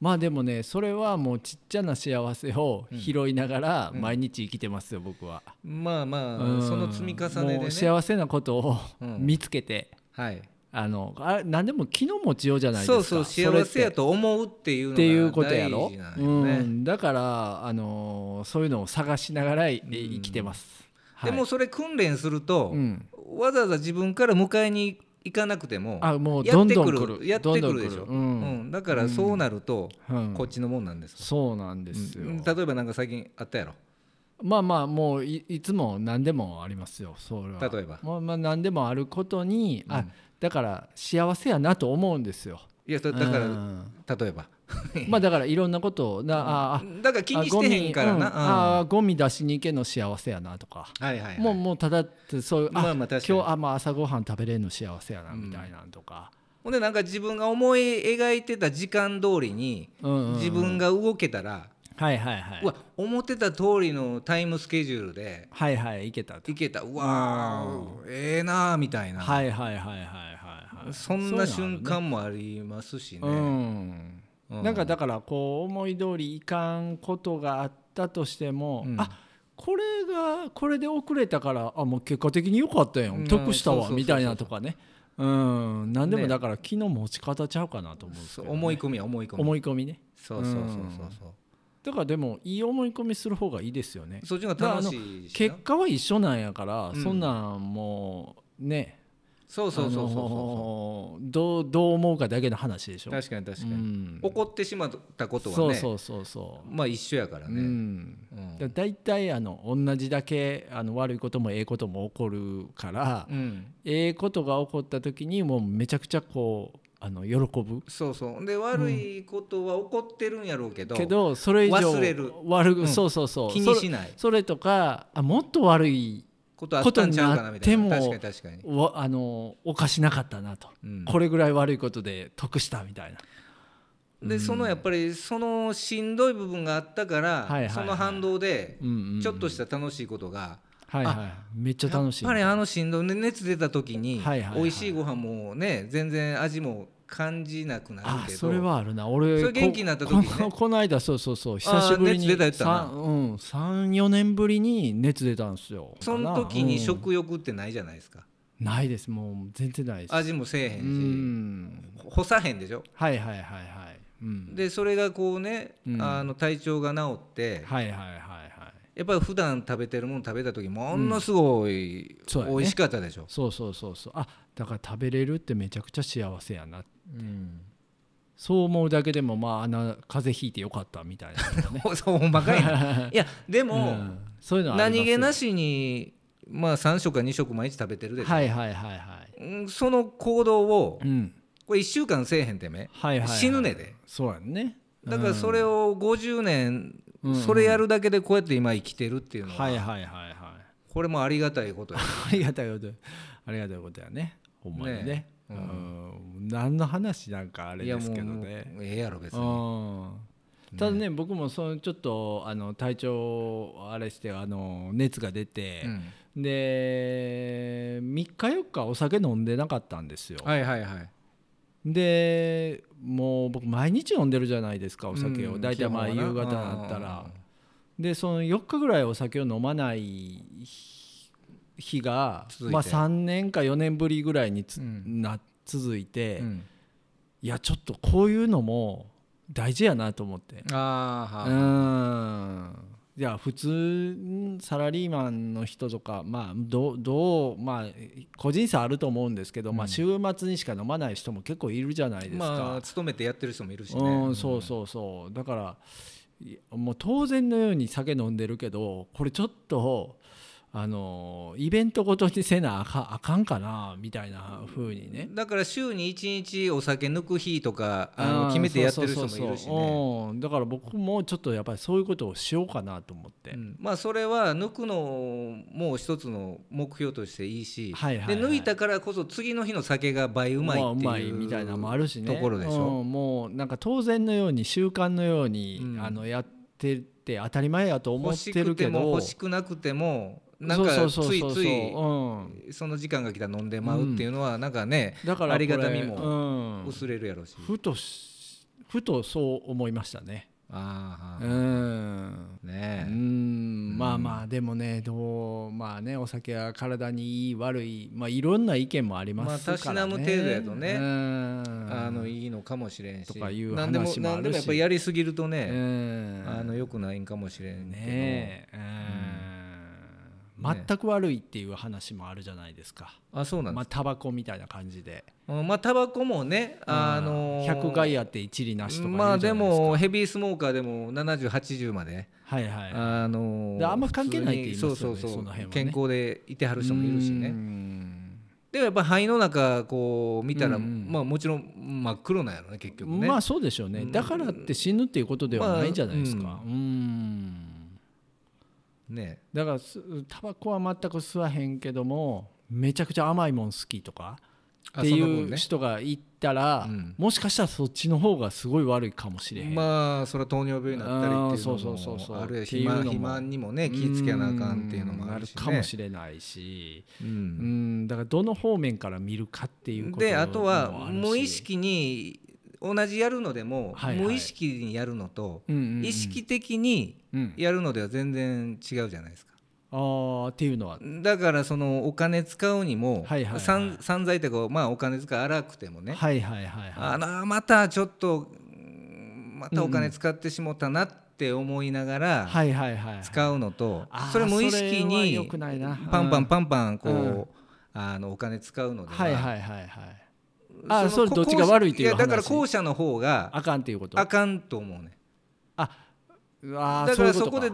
A: まあでもねそれはもうちっちゃな幸せを拾いながら毎日生きてますよ僕は、
B: まあまあ、
A: うん
B: その積み重ね
A: も
B: で
A: う
B: ね
A: 幸せなことを
B: うん
A: 見つけて、
B: はい
A: あのあれ何でも気の持ちようじゃないですか
B: そうそう
A: れっ
B: 幸
A: て
B: せやと思うっていう
A: っていう
B: の
A: こ
B: が
A: とや
B: 大
A: ろ
B: 事な、
A: う
B: のね
A: ん、だから、あのーそういうのを探しながらえ生きてます、はい
B: でもそれ訓練すると、
A: うん
B: わざわざ自分から迎えに行かなくても
A: あもう
B: や
A: ど
B: っ
A: ん
B: て
A: ど
B: く
A: ん
B: る
A: 来る
B: やって
A: ど
B: く
A: んど
B: る
A: ん
B: で
A: 来
B: しょ、
A: う
B: うん
A: ん
B: だからそうなると、
A: うん
B: こっちのもんなんです
A: そうなんです
B: よ、
A: よ、
B: うん例えばなんか最近あったやろ
A: まあまあもういいつも何でもありますよそれは
B: 例えば
A: まあ、まあ何でもあることに、
B: う
A: あ
B: ん
A: だから幸せやなと思うんですよ
B: いやだだか
A: う
B: ら
A: ん
B: 例えば
A: まあだからいろんなことをなああ
B: だから気にしてへんからな、
A: あゴミ,、うんああゴミ出しに行けんの幸せやなとか、
B: うんはいはいはい
A: もうもうただってそういうあ
B: まあまあ確かに
A: 今日あ、まあ、朝ごはん食べれるの幸せやな
B: うん
A: みたいなんとか、
B: ほんでなんか自分が思い描いてた時間通りに
A: うんうんうん
B: 自分が動けたら、
A: はいはいはいう
B: わ思ってた通りのタイムスケジュールで
A: はいはいいけたと
B: 行けたうわーええなーみたいな、
A: はいはいはいはいはいはい
B: そんな瞬間もありますし
A: そういうのある
B: ね。
A: ねうん、なんかだからこう思い通りいかんことがあったとしても、
B: うん
A: あこれがこれで遅れたからあもう結果的に良かったや
B: うんん
A: 得した
B: そうそうそう
A: わ
B: そう
A: みたいなとかねうん何でも
B: ね
A: だから気の持ち方ちゃうかなと思うんです
B: そ
A: け
B: う
A: ど、ね、
B: 思い込みは思い込み
A: 思い込みね
B: そうそうそう
A: う
B: そ
A: ん
B: うそ
A: だからでもいい思い込みする方がいいですよね
B: うそっちの方が楽しいし
A: 結
B: な
A: 果は一緒なんやから、
B: うん
A: そんなんもうね
B: そうそうそうそうそ
A: あのーどうどう思うかだけの話でし
B: う
A: ょ
B: 確かに確か
A: う
B: に
A: ん
B: 怒ってしまったことはね
A: そうそうそうそう、
B: まあ一緒やから
A: うん
B: ねうん
A: だ大体あの同じだけあの悪いこともええことも起こるから、
B: うん
A: ええことが起こった時にもうめちゃくちゃこうあの喜ぶ
B: そうそうで悪いことは怒ってるんやろうけど
A: けどそれ以上
B: 忘れる
A: 悪く、
B: うん
A: そうそうそう
B: 気にしない
A: それそれとかあもっと悪い
B: ことあったんちゃうかなみたいな
A: ことにな
B: 確か
A: っ
B: に
A: て
B: 確かに
A: わあの犯しなかったなと、
B: うん
A: これぐらい悪いことで得したみたいな
B: でそのやっぱりそのしんどい部分があったか
A: はいはいは
B: ら
A: い
B: その反動で
A: うんうんうん
B: ちょっとした楽しいことが
A: はいはいめっちゃ楽しい
B: やっぱりあのしんどいね熱出た時に
A: はいはいはい
B: 美味しいご飯もね全然味も感じなくなる
A: あ
B: けど
A: それはあるな俺
B: それ元気になった時ね
A: ここの この間そうそうそう久しぶりに
B: 熱出たやつだな
A: さんうん、34年ぶりに熱出たんですよ
B: その時に
A: か
B: 食欲ってないじゃないですか
A: なうんないですもう全然ないです
B: 味もせえへ
A: うん
B: し
A: ん
B: 干さへんでしょ
A: はいはいはいはい、うん、
B: でそれがこうね
A: うん
B: あの体調が治って
A: はいはいはいはい
B: やっぱり普段食べてるもの食べた時ものすごい
A: そうやね
B: 美味しかったでしょ
A: そうそうそうそうあだから食べれるってめちゃくちゃ幸せやな
B: うん
A: そう思うだけでもまああの風邪ひいてよかったみたいな
B: そう ほんま かいないやでも、
A: うんそういうのはあり
B: 何気な
A: し
B: しにまあ3食か2食毎日食べてるでしょ、
A: はいはいはいはい
B: うんその行動を
A: うん
B: これ1週間せえへんて
A: はい
B: め、
A: はい、はい、
B: 死ぬねで
A: そうやんね
B: だからそれを50年、
A: うん
B: それやるだけでこうやって今生きてるっていうのは、
A: はいはいはいはい
B: これもありがたいことや
A: ありがたいことありがたいことやねほんまにね
B: ね
A: う、
B: うん
A: 何の話なんかあれですけど
B: いや
A: ね
B: もうええやろ別
A: う
B: に
A: んただね僕もそのちょっとあの体調あれしてあの熱が出て、
B: うん
A: で3日4日お酒飲んでなかったんですよ、
B: はいはいはい
A: でもう僕毎日飲んでるじゃないですかお酒を、
B: うん
A: 大体まあ
B: 基
A: 夕方
B: 本
A: に
B: はな
A: なったら、
B: うん
A: でその4日ぐらいお酒を飲まない日日が、
B: 続いて
A: まあ、3年か4年ぶりぐらいにつ、
B: うん
A: な続いて、
B: うん
A: いやちょっとこういうのも大事やなと思って
B: あー
A: う
B: はー
A: ーんじゃあ普通サラリーマンの人とかまあどうどうまあ個人差あると思うんですけど、まあ、週末にしか飲まない人も結構いるじゃないですか。
B: まあ勤めてやってる人もいるしね、
A: うん、そうそうそうだからいやもう当然のように酒飲んでるけどこれちょっとあのイベントごとにせなあかあかんかなみたいな風にね
B: だから週に1日お酒抜く日とかあの決めてやってる人もい
A: そう
B: る
A: そう
B: し
A: そう
B: ね
A: そううんだから僕もちょっとやっぱりそういうことをしようかなと思って、
B: うんまあそれは抜くのも一つの目標としていいし、
A: はいはいはい
B: で抜いたからこそ次の日の酒が倍うまいっていう,、
A: まあうまいみたいなのもあるしね
B: ところでしょ
A: うんもうなんか当然のように習慣のように、
B: うん
A: あのやってて当たり前やと思
B: 欲
A: っ
B: してく
A: るけ
B: て
A: ど
B: も欲しくなくてもなんか
A: そう
B: つ
A: そうそう
B: い
A: そう
B: つい
A: うん、
B: その時間が来たら飲んでまうっていうのはなんかね、
A: だからこれ
B: ありがたみも
A: うん
B: 薄れるやろうし、
A: ふとしふとそう思いましたね
B: あ
A: う
B: あ
A: んう
B: ねえ
A: んまあまあでもねどうまあねお酒は体にいい悪いまあいろんな意見もありますからね
B: まあたしなむ程度やとね
A: うん
B: あのいいのかもしれんし
A: とかいう
B: 何でも
A: 話もあるし
B: 何でもやっぱりやりすぎると
A: う
B: ね、
A: ん
B: あのよくないんかもしれんけど、
A: ねえ、うん
B: うんね
A: 全く悪いっていう話もあるじゃないですか、
B: あそうなん
A: ま
B: で
A: あ
B: す、
A: タバコみたいな感じで、
B: うんまあタバコもねあのー
A: 100害あって一理なしとか言うじゃ
B: ま
A: な
B: あ
A: いです
B: で
A: か、
B: もヘビースモーカーでも7080まで、
A: はいはい
B: あのー
A: であんま関係ないって言いますよね
B: 普通にそうそうそう
A: その辺はね
B: 健康でいてはる人もいるし
A: う
B: ね
A: ん
B: でもやっぱ肺の中こう見たら、
A: うんうん
B: まあもちろん真っ黒なんやろね結局ね、
A: まあそうでしょうねだからって死ぬっていうことではないじゃないですか、
B: まあ
A: うん
B: ね
A: だからすタバコは全く吸わへんけどもめちゃくちゃ甘いもん好きとか
B: あ
A: って
B: そんなも
A: い
B: ん
A: う
B: ね
A: 人がいったら、
B: うん
A: もしかしたらそっちの方がすごい悪いかもしれへん、
B: まあそれは糖尿病になったりっていう
A: あーそうそうそう
B: の
A: そう
B: もあるや
A: って
B: し
A: いうのも
B: 肥満にもね気ぃつけなあかんっていうのもあるし、
A: う
B: ね、
A: んかもしれないし、
B: う
A: うんん、だからどの方面から見るかっていうこと
B: であとは
A: もあるし
B: 無意、識に同じやるのでも、
A: はいはい
B: 無意識にやるのと、
A: うんうんうん
B: 意識的に
A: うん
B: やるのでは全然違うじゃないですか。
A: あーっていうのは、
B: だからそのお金使うにも、
A: はいはいはい
B: 散散財というか、まあ、お金使い荒くてもね、
A: はいはいはいはい
B: あのまたちょっとうんまたお金使ってしもたなって思いながら、
A: はいはいはいはい
B: 使うのと
A: あー
B: それ無意識
A: それは
B: に
A: 良くないな
B: パンパンパンパン
A: う
B: こうあのお金使うので
A: はい
B: は
A: はいはいはいあーそれ
B: こ
A: どっちが悪いっていう
B: やだから
A: 話
B: 後者の方が
A: あかんっていうこと
B: あかんと思うね
A: あうわー
B: だから
A: ういう
B: そ
A: と
B: こで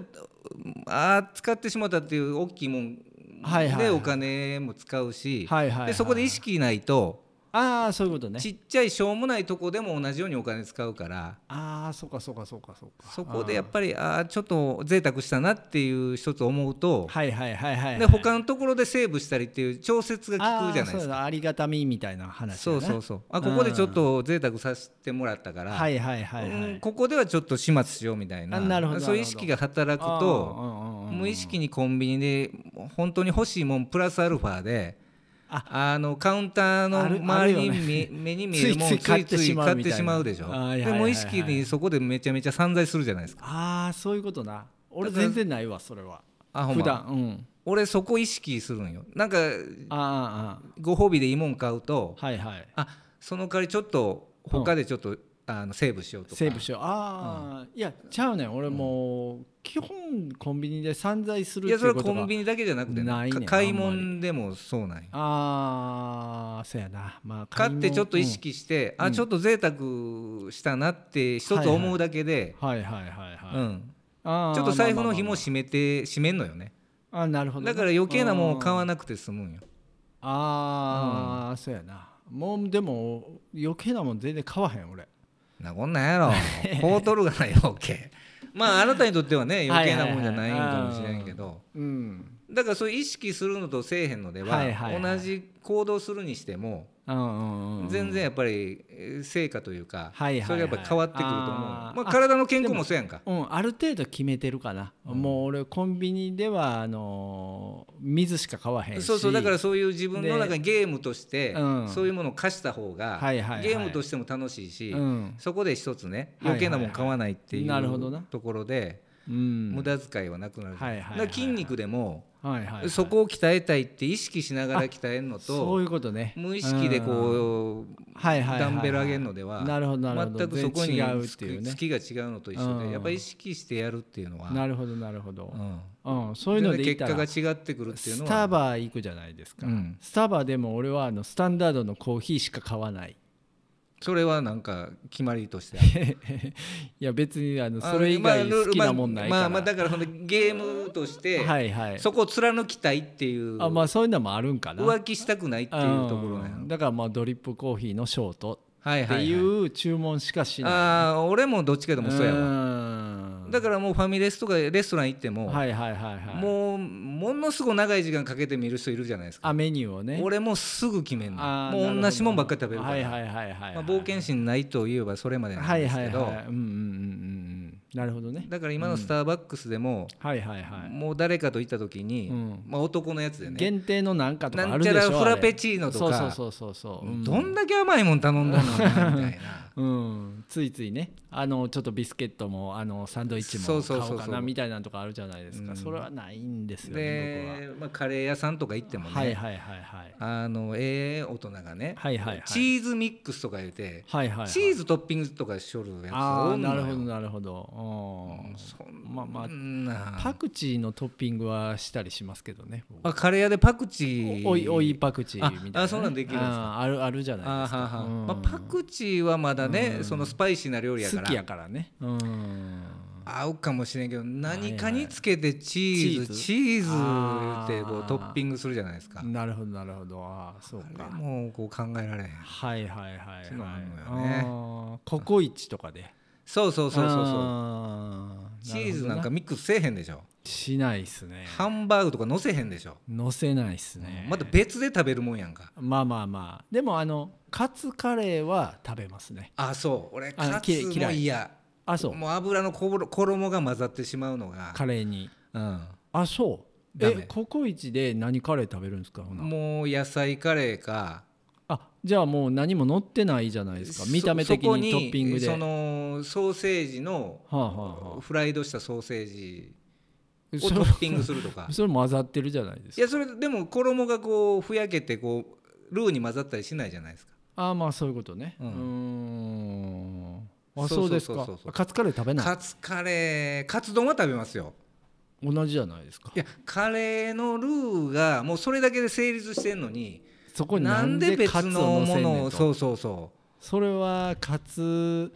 B: あー使ってしまったっていう大きいもん
A: はいはいはい
B: でお金も使うし
A: はいはいはい
B: でそこで意識ないと
A: ああそういうことね
B: ちっちゃいしょうもないとこでも同じようにお金使うから
A: ああそうかそうかそうかそうか
B: そこでやっぱりあーちょっと贅沢したなっていう一つ思うと
A: はいはいはいはいはい
B: で他のところでセーブしたりっていう調節が効くじゃな
A: あー
B: いですか
A: そうだありがたみみたいな話だ
B: そ
A: ね
B: うそうそうあここでちょっと贅沢させてもらったから、
A: はいはいはいはい、
B: うんここではちょっと始末しようみたいな
A: あなるほど
B: そういう意識が働くと
A: と
B: 無意識にコンビニで本当に欲しいもんプラスアルファで。
A: あ
B: あのカウンターの
A: ある
B: 周り
A: あ
B: に
A: るよ
B: 見え 目に見えるもん
A: ついつい買ってしまう
B: 買ってしまうでしょ
A: みたいなあーはいはいはい
B: で無意識にそこでめちゃめちゃ散財するじゃないですか
A: ああそういうことな俺
B: だから
A: 全然ないわそれは
B: あほん
A: 普
B: ま
A: 段うん
B: 俺そこ意識するんよなんか
A: あー
B: ご褒美でいいもん買う
A: あ
B: と
A: ーはいはい
B: あその代わりちょっと他でちょっと、あのセーブしようとか
A: セーブしようああ、いやちゃうねん俺もう基本コンビニで散財するってい
B: いやそうれ
A: こ
B: は
A: と
B: コ
A: が
B: ンビニだけじゃなくてね
A: ないねん
B: か買い
A: あんま
B: 物でもそうなんよ
A: ああそうやなまあ
B: 買ってちょっと意、
A: 買い
B: 識して、あちょっと贅沢したなって一つ思うだけで、
A: 物うんはいはいはいはい、
B: うん、
A: あー
B: ちょっと財布の
A: まあまあまあ
B: 紐
A: まあ
B: 締めて締めんのよね
A: あなるほどね、
B: だから余計なもんを買
A: わ
B: わなくて済むんよ
A: あーあー、そうやなもうでも余計なもん全然買わへん俺
B: なこんな んやろこう取るがな余計まああなたにとってはね余計なもんじゃないんかもしれんけど、
A: うん
B: だからそういう意識するのとせえへんのでは,、
A: はいはいはい
B: 同じ行動するにしても
A: うんうんうん
B: 全然やっぱりえー成果というか、
A: はいはいはい
B: それがやっぱり変わってくると思うよ
A: あー
B: まあ、
A: あ
B: 体の健康もそうやんか
A: うん、ある程度決めてるかな、もう俺コンビニではあのー水しか買わへんし
B: そうそうだからそういう自分の中にゲームとして、
A: うん
B: そういうものを貸した方が、
A: はいはいはい
B: ゲームとしても楽しいし、
A: うん
B: そこで一つね
A: はいはいはい
B: 余計なもん買わないっていう
A: なるほどな
B: ところで、
A: うん
B: 無駄遣いはなくなる、
A: はいはいはいはい
B: だから筋肉でも、
A: はいはいはい
B: そこを鍛えたいって意識しながら鍛えるの
A: そう
B: と
A: いうことね
B: 無意識で
A: うん
B: こう、
A: はいはいはい
B: ダ
A: はい
B: ンベル上げるのでは
A: なるほどなるほど
B: 全くそこ
A: 全
B: に
A: 然違うっていうね
B: つきが違うのと一緒
A: う
B: で
A: ん
B: やっぱり意識してやるっていうのは
A: なるほどなるほど
B: う、ん
A: うんそういうので言っ
B: 全
A: た
B: 然
A: ら
B: 結果が違ってくるっていうの
A: ス
B: は
A: タバ行くじゃないですか、
B: うん
A: スタバでも俺はあのスタンダードのコーヒーしか買わない
B: それはなんか決まりとしてある
A: いや別にあの
B: あ
A: それ以
B: まあ
A: 外
B: ルール
A: 好きなもんないか
B: ま
A: ら
B: あまあだからそのゲームとして、
A: はいはい
B: そこを貫きたいっていう
A: あまあそういうのもあるんかな
B: 浮気したくないっていうところね
A: うんだからまあドリップコーヒーのショート
B: はい
A: って
B: はいい、は
A: う注文しかし
B: い、
A: ない、
B: ああ俺もどっちかでもそうやわ
A: わ
B: だからもうファミレスとかレストラン行っても、
A: はいはいはいはい
B: もうものすごい長い時間かけて見る人いるじゃないですか
A: あメニューをね
B: 俺もすぐ決めんの
A: あー
B: も
A: なる
B: う
A: ほど
B: 同じもんばっかり食べるから、
A: はいはいはいはい、
B: まあ、冒険心ないといえばそれまでな
A: は
B: ん
A: い
B: です
A: はい
B: けど、
A: はいうんうんうんうんなるほどね
B: だから今のスターバックスでも、
A: はいはいはい
B: もう誰かと行った時に、
A: うん
B: まあ、男のやつでね
A: 限定のなんかとか
B: な
A: あ
B: ん
A: る
B: ち
A: で
B: ゃ
A: しょ
B: ら
A: あれ
B: フラペチーノとか
A: そうそうそうそうそう、う
B: どんだけ甘いもん頼んだのか なみたいな
A: うん、ついついねあのちょっとビスケットもあのサンドイッチ
B: そう
A: も
B: そう
A: 買
B: そうそ
A: お
B: う
A: うかなみたいなのとかあるじゃないですか、
B: うん
A: それはないんですよね僕は
B: で、まあ、カレー屋さんとか行ってもね、
A: はいはいはいはい
B: あのええ大人がね、
A: はいはいはい
B: チーズミックスとか言うて、
A: はいはいはい
B: チーズトッピングとかしょるやつ
A: あ
B: お
A: あ
B: んの
A: な
B: よ
A: るほどなるほど、うん
B: そん
A: まあまあ
B: な
A: パクチーのトッピングはしたりしますけどね僕
B: あカレー屋でパクチー
A: おおいおいパクチーみたいなね、
B: ああそうなんできるんです
A: あー
B: か
A: あるあるじゃない
B: あ
A: です
B: ーはー
A: か
B: はー
A: うん
B: まあ、パクチーはまだね、そのスパイシーな料理やか
A: 好きや
B: ら
A: からねうん
B: 合うかもしれんけど何かにつけてチーズ、
A: はいはい
B: チーズってこ
A: あ
B: う
A: ー
B: トッピングするじゃないですか
A: なるほどなるほどああそう
B: あれ
A: か
B: もうこう考えられへん
A: はいはいはいはい
B: そうなのよね
A: あーココイチとかで
B: そうそうそうそうそう
A: あ
B: チーズなんか
A: るほど
B: ミックスせえへんでしょ
A: しないっすね
B: ハンバーグとかのせへんでしょ
A: のせないっすね
B: また別で食べるもんやんか
A: まあまあまあでもあのカツカレーは食べますね
B: あそう俺
A: あ
B: カツ
A: き
B: も
A: 嫌い
B: 嫌
A: あそう
B: もう油のこぼろ衣が混ざってしまうのが、
A: カレーに
B: うん、
A: あそう
B: ダメ
A: えココイチで何カレー食べるんですかほな
B: もう野菜カレーか
A: あじゃあもう何も乗ってないじゃないですか
B: そ
A: 見た目的
B: そこ
A: にトッピングで
B: そ
A: は
B: のソーセージの
A: あ、はあは
B: フライドしたソーセージ
A: あ、
B: を
A: そ
B: トッピングするとか
A: れ それ混ざってるじゃないです
B: い
A: か
B: やそれでも衣がこうふやけてこうルーに混ざったりしないじゃないですか
A: ああまあそういうことね
B: う
A: うんーんあ
B: そ
A: そう
B: そうそうそう
A: うですかあカツカレー食べない
B: カツカレーカツ丼は食べますよ
A: 同じじゃないですか
B: いやカレーのルーがもうそれだけで成立してんのに
A: そこに
B: な
A: なんん
B: で
A: で
B: 別
A: カツを
B: の
A: 乗せ
B: も
A: んね
B: の
A: ん
B: をそ
A: と
B: うそうそう
A: それはカツ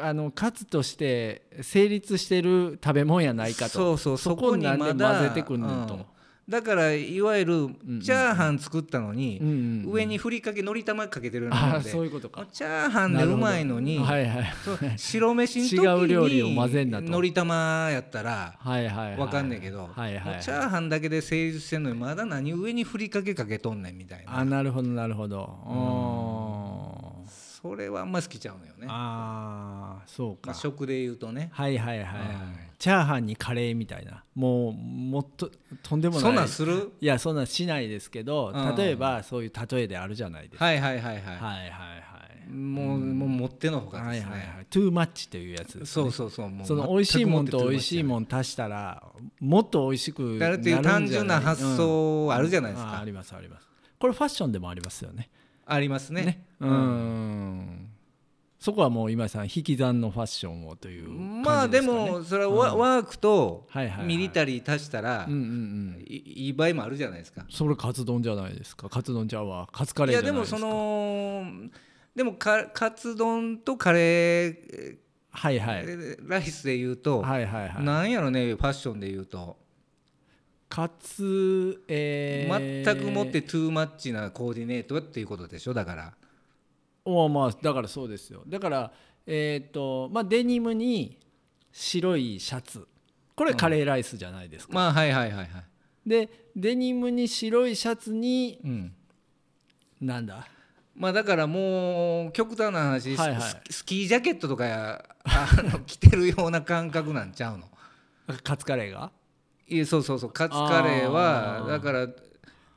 A: あのカツとして成立してる食べ物やないかと
B: そうそうそ
A: そ
B: こ
A: こ
B: に
A: に
B: ま
A: な
B: だ
A: んで混ぜてくんねん
B: う
A: と
B: んだからいわゆる
A: うん
B: チャーハン作ったの
A: うん
B: に
A: うんうん
B: 上にふりかけのり玉かけてるような
A: あ
B: も
A: あ
B: んで
A: そういうこと
B: もう
A: か
B: チャーハンでうまいのに
A: はいはいはい
B: そう白飯の時
A: 違う料理を混ぜんな
B: に
A: と
B: のり玉やったら
A: はいはい
B: わかんねんけどもうチ
A: はいはい
B: ャーハンだけで成立してんのにまだ何上にふりかけかけとんねんみたいな
A: あなるほどなるほどうん
B: それはあんま好きちゃうのよね
A: ああそう
B: ま
A: か
B: あ食で言うとね
A: はいはいはいはい
B: うん
A: チャーハンにカレーみたいなもうもっととんでもない
B: そんなんする
A: いやそんなんしないですけど
B: うん
A: 例えばそういう例えであるじゃないですか
B: はいはいは
A: は
B: いは
A: いはいはい
B: いもうもう持ってのほか
A: は
B: で
A: い
B: す
A: はい
B: ね
A: はいトゥーマッチというやつです
B: そうそうそうもう
A: その美味しいもんと美味しい
B: ん
A: もん足したらもっと美味しくな
B: だ
A: る
B: っ
A: んじ
B: てい
A: ゃな
B: う
A: い
B: 単純な発
A: うん
B: 想あるじゃないです
A: ああ
B: か
A: りますありますこれファッションでもありますよね
B: ありますね
A: うんそこはもう今井さん引き算のファッションをという感じですか、ね、
B: まあでもそれはワワークと
A: はいはいはい
B: ミリタリー足したら
A: うんうんうん
B: いいい場合もあるじゃないですか
A: それカツ丼じゃないですかカツ丼ちゃうわカツカ
B: い
A: レー
B: や
A: じゃ
B: で
A: ない
B: も
A: ですか
B: そのでもかカツ丼とカレ
A: はいはいはい
B: ーライスで言うと
A: はいはい
B: なんやろねファッションで言うと
A: カツえ
B: 全
A: ー、
B: くもってトゥーマッチなコーディネートっていうことでしょだから
A: おまあだからそうですよだからえっ、とまあデニムに白いシャツこれカレーライスじゃないですか、
B: まあはいはいはいはい
A: でデニムに白いシャツに
B: うん
A: なんだ
B: まあだからもう極端な話、
A: はいはい
B: ススキージャケットとかやあの着てるような感覚なんちゃうの
A: カツカレーが
B: いやそうそうそうカツカレー
A: あ
B: は
A: ー
B: だから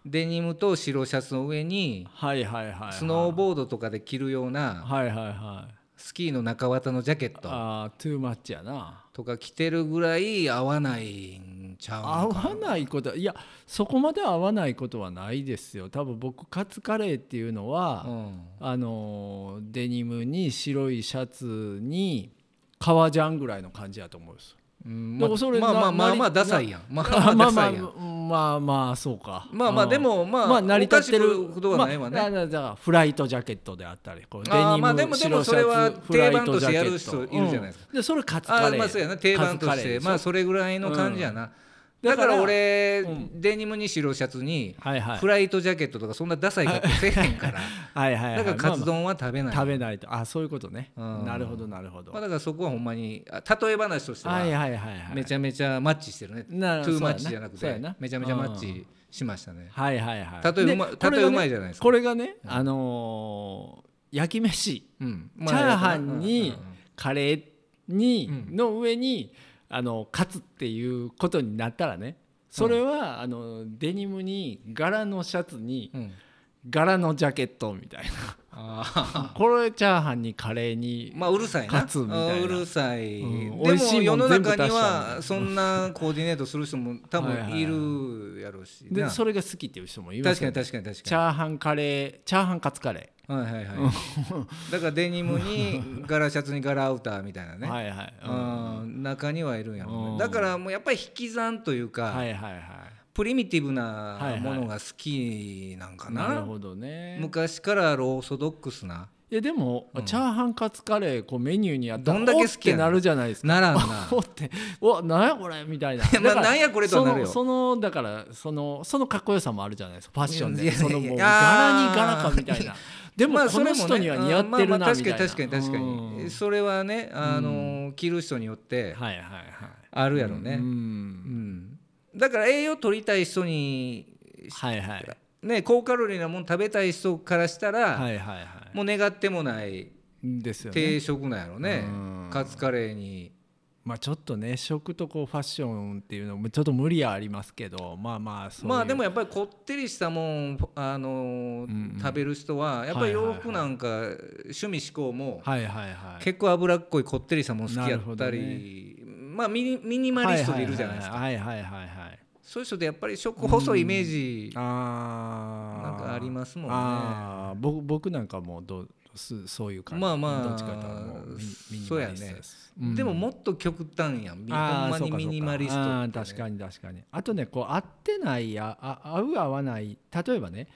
B: デニムと白シャツの上に
A: はいはいはい、はい、
B: スノーボードとかで着るような
A: はいはいはい
B: スキーの中綿のジャケット
A: あートゥーマッチやな
B: とか着てるぐらい合わないんちゃう
A: 合
B: のか
A: わないことはいやそこまで合わないことはないですよ多分僕カツカレーっていうの
B: う
A: は、
B: ん、
A: あのーデニムに白いシャツに革ジャンぐらいの感じやと思うんですよ
C: うん
A: なんかそれ
C: ま
A: な
C: あまあま
A: な
C: あ
A: り
C: まあダサいやん。ま
A: な あ
C: あま
A: まあ
C: あまあ
A: まあ
C: ま
A: まあまあそう
C: あ
A: か
C: まあ
A: うん
C: でもまあ
A: まあ成り立ってる
B: おかしくことはないわね
A: まあだだからフライトジャケットであったりこうデニ
B: あー
A: ム
B: まあでもで
A: 白
B: も
A: シ
B: それは
A: ャツフライトジャケット
B: 定番としてやる人いるじゃないですか
A: うんでそれカツ
B: あ
A: カ
B: ー
A: レー
B: まあそうやな定番と
A: カツ
B: し
A: カレ
B: て
A: ー
B: まあそれぐらいの感じやな、
A: だか
B: だからら俺、
A: うん
B: デニムに白シャツに、
A: はいはい
B: フライトジャケットとかそんなダサい格好せえへんから
A: はいはいはい
B: だからカツ丼は食べな
A: ま
B: い、
A: あまあ食べないとあそういうことね
B: うん
A: なるほどなるほど
B: ま
A: は
B: あ、だからそこはほんまにあ例え話として
A: い
B: は
A: はいはいはい
B: めちゃめちゃマッチしてるね、
A: な
B: トゥーマッチじゃなく
A: そうや
B: て
A: な
B: めちゃめちゃマッチしましたね、
A: はいはいはい
B: 例えうま
A: でこれがね
B: 例えうまいじゃないですか
A: これがねあのー焼き飯
B: うん
A: チャーハンに
B: うんうんうん
A: カレーに
B: うん
A: の上にあのカツっていうことになったらねそれはあのデニムに柄のシャツに
B: うん
A: 柄のジャケットみたいな
B: あ
A: これチャーハンにカレーに
B: ーまあうるさいな
A: カツみたいな
B: あーうるさい、
A: うん美
B: で
A: 味しいも
B: も世
A: ん
B: の中に
A: 全部足したみたい
B: は
A: な
B: そんなコーディネートする人も多
A: はいはい
B: 分
A: はい
B: いるやろうしな
A: でそれが好きっていう人もいます
B: 確か
A: よ
B: に
A: ね
B: 確かに確
A: チ
B: か
A: ャーハンカレーチャーハンカツカレ
B: にはいはいはいだからデニムに柄シャツに柄アウターみたいな
A: ー
B: ね、
A: はいはいうん
B: うん中にはいるんやろう
A: うん
B: ねだからもうやっぱり引き算というか、
A: はいはいはい
B: プリミティブ
A: はいは
B: ないものが好きなんかな,、
A: なるほどね
B: 昔からローソドックスない
A: やでも、チャーハンカツカレーこうメニューにあったら
B: どんだけ好きや
A: おっ
B: ね
A: て
B: ん
A: なるじゃないですか
B: ならんな
A: おってうわなんやこれみたいな
B: やまあ
A: だから
B: なんやこれとはなるよ
A: そのそのだからそのそのかっこよさもあるじゃないですかファッション
B: い
A: で
B: やいや
A: そのもう柄
B: いや
A: に柄かみ たいなでも
B: まあ
A: この人には似合ってる
B: それもねうんまあま
A: な
B: あ
A: み
B: 確
A: た
B: か
A: い
B: に
A: な
B: 確かに確かに、
A: うん
B: それはねあのー着る人によって
A: はいはいはい
B: あるやろうね、
A: う
B: うんんだから栄養取りたい人に、
A: はいはい
B: ね、高カロリーなもの食べたい人からしたら、
A: はいはいはい
B: もう願ってもない
A: ですよ
B: 定
A: ね
B: 食なんやろね
A: うん
B: カツカレーに
A: まあちょっとね食とこうファッションっていうのもちょっと無理はありますけどまあまあそういう
B: まあでもやっぱりこってりしたもん、あの
A: う
B: ー
A: んうん
B: 食べる人はやっぱり
A: はいはい
B: 洋
A: はい
B: 服なんか趣味思考も
A: はいはいはい
B: 結構脂っこいこってりしたもん好きや
A: なるほ
B: っ
A: ど
B: たり、まあミニミニマリストでいるじゃないですか
A: はいはいはいはいはいはいはい
B: そういう人でやっぱり食細いイメージ
A: あー
B: なんかありますもんね。
A: あー僕僕なんかもうどうすそういう感じ
B: まあまあ
A: どっちかというともうミミニ
B: そう
A: マ
B: や
A: リ
B: ね
A: ストです
B: でも
A: うん
B: もっと極端やんみほ
A: あー
B: んま
A: そうかそ
B: に
A: うか
B: ミニマリスト
A: あ
B: っ
A: ー
B: てね
A: 確かに確かにあとねこう合ってないやあ合う合わない例えばね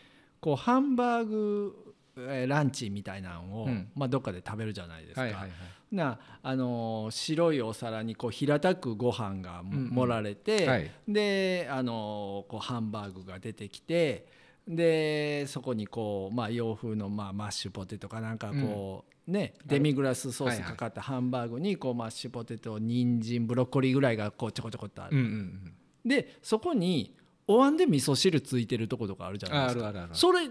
A: こうハンバーグえーランチみたいなのを、
B: うん
A: まあ、どっかで食べるじゃないですか、
B: はいはいはい
A: なあのー白いお皿にこう平たくご飯がも
B: うんうん
A: 盛られて、
B: はい
A: であのーこうハンバーグが出てきてでそこにこう、まあ、洋風の、まあ、マッシュポテトかなんかこう、ねデミグラスソースかかったハンバーグにこうマッシュポテト人参ブロッコリーぐらいがこうちょこちょこっとあ
B: う
A: る、
B: んうん
A: でそこにお椀で味噌汁ついてるとことかあるじゃ
B: うん
A: ない
B: あ
A: です
B: あ
A: か
B: るあるある
A: それ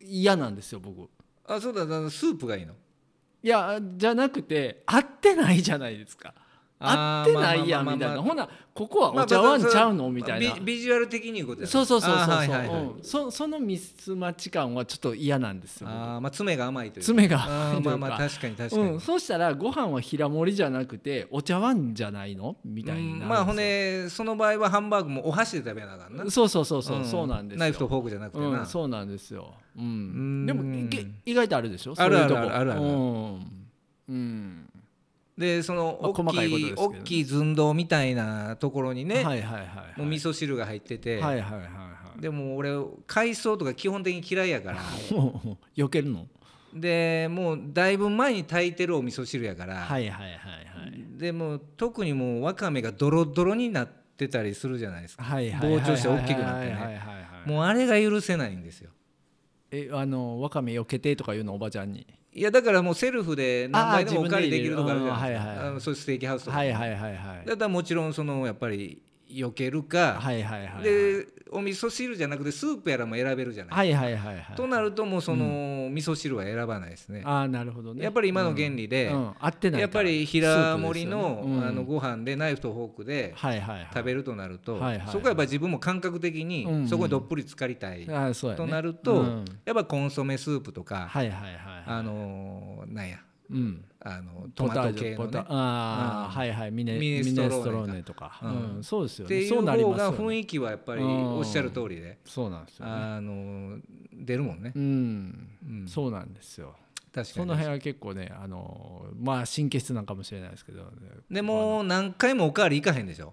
A: 嫌なんですよ僕
B: あそうだだからスープがいいの
A: いやじゃなくて合ってないじゃないですか合
B: あ
A: っ
B: ー
A: てないやん
B: まあ
A: み
B: ま
A: た
B: あ
A: い
B: まあ
A: な
B: まあ
A: ほなここはお茶碗ちゃうのみたいな
B: ビビジュアル的に言うことやろ
A: そうそうそうそう
B: あー
A: そう
B: はいはいはい
A: うんそそのミスマッチ感はちょっと嫌なんですよ
B: あーまあ爪が甘いというか
A: 爪が甘いというか
B: あーまあまあ確かに確か
A: 僕
B: に、
A: うん、そうしたらご飯は平盛りじゃなくてお茶碗じゃないのみたいになるんですよ
B: まあほんでその場合はハンバーグもお箸で食べなあかんな
A: そうそうそうそう、
B: ん
A: そうなんですよ
B: ナイフとフォークじゃなくてな、
A: うん、そうなんですよ、うん
B: ん
A: でもいけ意外とあるでしょ
B: ある
A: そういうとこ
B: あるあるあるある
A: うんうん
B: でその
A: まあ
B: 大
A: 細かいこと
B: き
A: ですけ
B: い,、
A: ど
B: 大
A: ね
B: きい寸胴みたいなところにね、
A: はいはいはいはい
B: もう味噌汁が入ってて、
A: はいはいはいはい
B: でも俺海藻とか基本的に嫌いやから
A: もう避けるの
B: でもうだいぶ前に炊いてるお味噌汁やから、
A: はいはいはいはい
B: でもう特にもうわかめがドロドロになってたりするじゃないですか、
A: はいはいはい
B: 膨張して大きくなってね
A: はいはいはいはい
B: もうあれが許せないんですよ
A: えあのわかめ避けてとか言うのおばちゃんに
B: いやだからもうセルフで何倍でも
A: あー
B: お借りできるとかあるじゃないです
A: 自分で入れるうんはい
B: か
A: はい
B: あのそういうステーキハウスとか、
A: はいはいはいはい
B: だったらもちろんそのやっぱり避けるか、
A: はいはいはい
B: でお味噌汁じゃなくてスープやらも選べるじゃない、
A: はいはいはいはい
B: となるともうその味噌汁は選ばないですね、
A: ああなるほどね
B: やっぱり今の原理で、
A: うん合ってないから
B: やっぱり平盛りの,、
A: スープですよねうん
B: あのご飯でナイフとフォークで
A: はいはいはい
B: 食べるとなると、
A: はいはいはい
B: そこはやっぱり自分も感覚的
A: うんうん
B: にそこにどっぷり浸かりたい
A: あーそうやね
B: となると、
A: うん
B: やっぱコンソメスープとか、
A: はいはいはい
B: あのーなんや
A: うん
B: あのト
A: ポタ
B: マ
A: ー
B: ト
A: ジュ
B: 系の
A: ポタ
B: ね
A: ーああ
B: うん
A: はいはいミネ
B: ミネスト
A: ミ
B: ローネか
A: ネストローネとか
B: うん
A: うんそうですよ
B: って
A: ね
B: いう
A: そうなり
B: 方
A: ます
B: が
A: よ
B: 雰
A: ね
B: 囲気はやっぱり
A: うん
B: おっしゃる通りで、
A: そうなんですよね
B: あのー出るもんね、
A: うん
B: うん
A: そうなんですよ
B: 確か
A: そ
B: に
A: の辺は結構ねあのまあ神経質なんかもしれないですけど、ね、
B: でもう何回もおかわり行かへんでしょ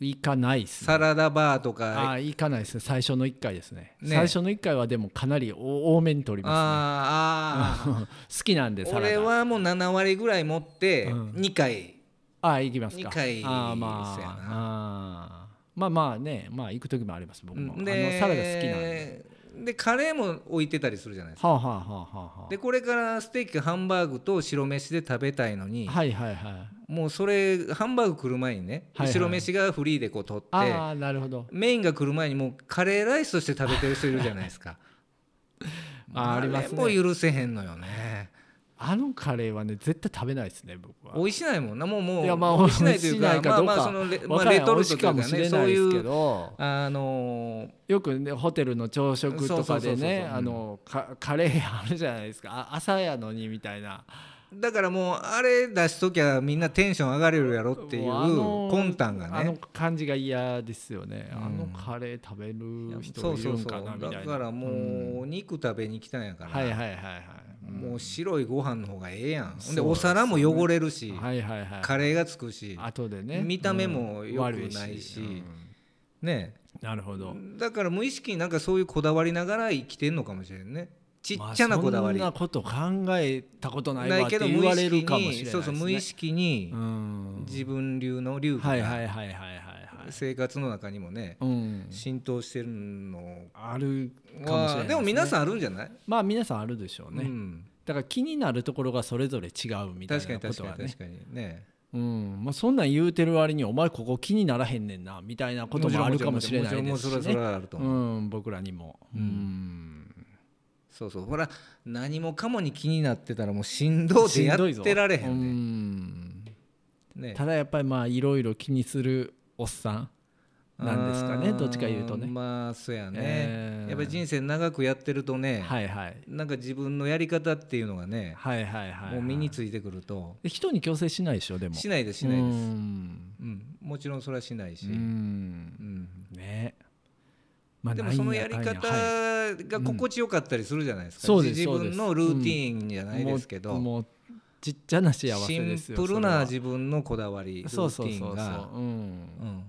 A: 行かないっすね
B: サラダバーと
A: あ
B: か
A: あ行かないですね最初の1回ですね
B: ね
A: 最初の1回はでもかなり多多めに取りま
B: あ
A: すね 好きなんで
B: ーあ
A: サ
B: ー
A: ラダ
B: 俺はもう7割ぐらい持って
A: うん
B: 2回
A: ああ行きますか
B: 二回
A: ああま
B: そうやな
A: ああーまあまあねまあ行く時もあります僕もあのサラダ
B: で
A: 好きなんで
B: でカレーも置いてたりするじゃないですか
A: はあはあはあはあは
B: でこれからステーキハンバーグと白飯で食べたいのに
A: あはいはいはい
B: もうそれハンバーグ来る前にね
A: はいはい
B: 白飯がフリーでこう取って
A: ああなるほど
B: メインが来る前にもうカレーライスとして食べてる人いるじゃないですか
A: あーありますね
B: れも許せへんのよね
A: あのカレーはね絶対食べないですね僕は
B: 美味しないもんなもうもう
A: いやまあ
B: 美味しないという
A: 美
B: か
A: 味しないかどうか
B: まあまあそのレ,、ま
A: わ
B: あ、
A: かんない
B: レトルトという
A: 美
B: か
A: 味しかもし
B: ね
A: れ
B: そ
A: な
B: う
A: いで
B: い
A: すけ
B: う
A: ど
B: あのー
A: よくねホテルの朝食とか
B: そうそうそ
A: で
B: うそうう
A: ね
B: ん
A: あのかカレーあるじゃないですかあ朝やのにみたいな
B: だからもうあれ出しときゃみんなテンション上がれるやろっていう
A: もうあの
B: 魂胆
A: あ
B: が
A: の
B: ね
A: 感じが嫌ですよね
B: うん
A: あのカレー食べる
B: そ
A: 人
B: う
A: い
B: そ
A: る
B: うんそ
A: か
B: う
A: なみたいな
B: だからも
A: ん
B: う肉食べに来たんやから、
A: はいはいはいはい
B: もう白いご飯の方がええやんほんで
A: そう
B: お皿も汚れるし、
A: うんはいはいはい
B: カレーがつくし
A: 後でね
B: 見た目も
A: うん
B: 良く
A: 悪
B: ないし
A: うん
B: ね
A: なるほど
B: だから無意識になんかそういうこだわりながら生きてんのかもしれんねちっちゃなこだわり、
A: まあそんなこと考えたことない
B: ない
A: わっ
B: け
A: て
B: ど
A: 言
B: 無意
A: われ
B: 識
A: るかもし
B: に
A: れないですね
B: そうそう無意識に
A: うん
B: 自分流の流
A: は
B: 派
A: いは
B: が
A: いはいはいはいはい
B: 生活の中にもね
A: うん
B: 浸透してるの
A: あるかもしれない
B: は
A: すね
B: でも皆さんあるんじゃない
A: まあ皆さんあるでしょうね、
B: うん
A: だから気になるところがそれぞれ違うみたい
B: 確かに
A: なこ
B: 確
A: と
B: か
A: は
B: に
A: ね
B: 確かにね
A: うんまあ、そんなん言うてる割にお前ここ気にならへんねんなみたいなこともあるかもしれないですし、
B: もちろんもちろんもちろんそれ
A: ね
B: はそれはあると
A: う、
B: 思うん
A: 僕らにも、うん
B: そうそうほら何もかもに気になってたらもうしんどうてやってられへ
A: うん
B: ね
A: ん
B: ね
A: ただやっぱりまあいろいろ気にするおっさんなんですかね
B: あー
A: どっちか言うとね
B: まあそうやね、
A: えー
B: やっぱり人生長くやってるとね、
A: はいはい
B: なんか自分のやり方っていうのがね、
A: はいはいはい
B: もう身についてくると
A: で人に強制しないでしょでも
B: しないですしないです、う
A: うんん
B: もちろんそれはしないし、
A: う
B: うん
A: んねま
B: でもそのやり
A: なん
B: 方
A: かんはい
B: が心地よかったりするじゃないですか、
A: うんそうです
B: 自分のルーティーンじゃないですけど、
A: もうもうちっちゃな幸
B: シ
A: せで
B: ン
A: すよ
B: プル
A: それ
B: な
A: は
B: 自分のこだわりルーテ
A: そうそう
B: ィ
A: そ
B: ーン
A: う
B: が
A: そう、うん、
B: うん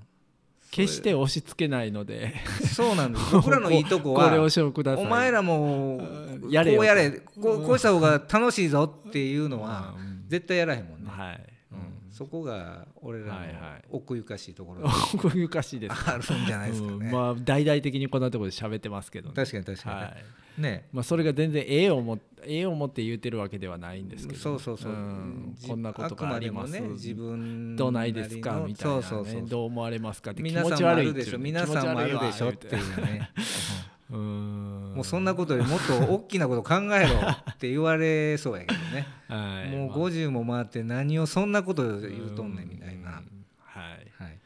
A: 決して押し付けないので
B: そうなんです 僕らのいいとこ
A: こ
B: は
A: れを証拠ください
B: お前
A: ら
B: らも
A: うんやれよ
B: こうやれこうこうした方が楽しいぞっていうのは
A: うん
B: 絶対やらへんもんね、
A: はい、
B: うんそこが俺らの
A: はいはい
B: 奥ゆかしいところ
A: 奥ゆかしいです、
B: あるんじゃないですか
A: うん
B: ね、
A: まあ大々的にこんなところで喋ってますけど、ね、
B: 確かに確かに、
A: はい
B: ね
A: まあ、それが全然ええ思ええ思って言うてるわけではないんですけど、
B: そうそうそう、
A: ん
B: じ
A: こんなことがあります
B: あくまでもね自分
A: どうないですかみたいな、ね、
B: そうそうそう
A: どう思われますかって気
B: 皆
A: 持
B: さ
A: ち
B: んもあ
A: 悪い
B: る
A: って
B: で
A: い
B: し
A: う
B: ょ
A: ね
B: 皆さんもあるでしょっ
A: 気持ち悪いわ言う
B: ていうね
A: うーん
B: もうそんなことよりもっと大きなこと考えろって言われそうやけどね
A: はい
B: もう
A: まあ
B: 50も回って何をそんなこと言うとんねんみたい
A: う
B: な、
A: んはい
B: はい、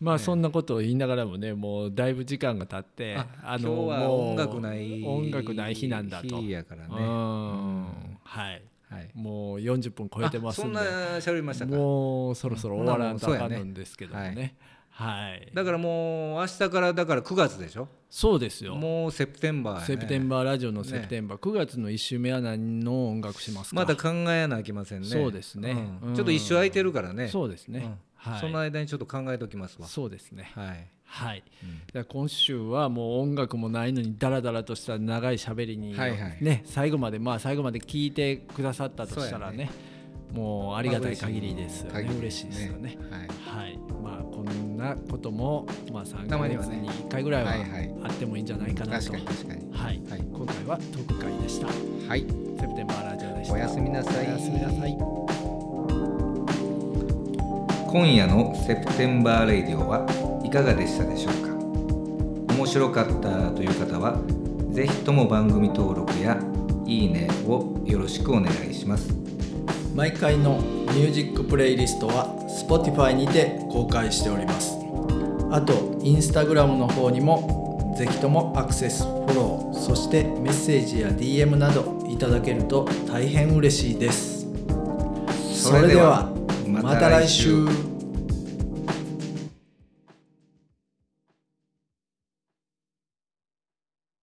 A: まあそんなことを言いながらもねもうだいぶ時間が経って
B: あ
A: の
B: 今日は
A: もう
B: 音楽ない
A: 音楽ない日なんだと
B: 日やからね
A: うーんはい
B: はい
A: もう40分超えてます
B: あそん
A: ん
B: な
A: で
B: 喋りましたか
A: もうそろそろ終わらんとあかんのんですけども
B: ほなもう
A: ねはい
B: だからもう明日からだから9月でしょ
A: そうですよ
B: もうセプテンバーやね
A: セプテンバーラジオのセプテンバー9月の1週目は何の音楽しますか
B: まだ考えなきゃいけませんね
A: そうですね
B: うん
A: うん
B: ちょっと一周空いてるからね
A: そうです
B: う
A: ね
B: ん
A: はい
B: その間にちょっと考えときますわ
A: そうですね
B: はい
A: はい、じゃあ今週はもう音楽もないのにダラダラとした長い喋りに、
B: はいはい
A: ね最後までまあ最後まで聞いてくださったとしたらねもうありがたい限りですよね、
B: 限り
A: 嬉しいですよね。
B: はい
A: はいまあこんなこともまあ3
B: た
A: ヶ
B: まに
A: 月
B: はね
A: に1回ぐらいは
B: はいはい
A: あってもいいんじゃないかなと。
B: 確か
A: はい
B: に確かにはい
A: 今回は特会でした。セ
B: はい
A: プテンバーラジオでした。
B: おやすみなさい
A: おやすみなさい。
B: 今夜のセプテンバーレイディオはいかがでしたでしょうか面白かったという方はぜひとも番組登録やいいねをよろしくお願いします
D: 毎回のミュージックプレイリストは Spotify にて公開しておりますあと Instagram の方にもぜひともアクセスフォローそしてメッセージや DM などいただけると大変嬉しいですそれではまた来週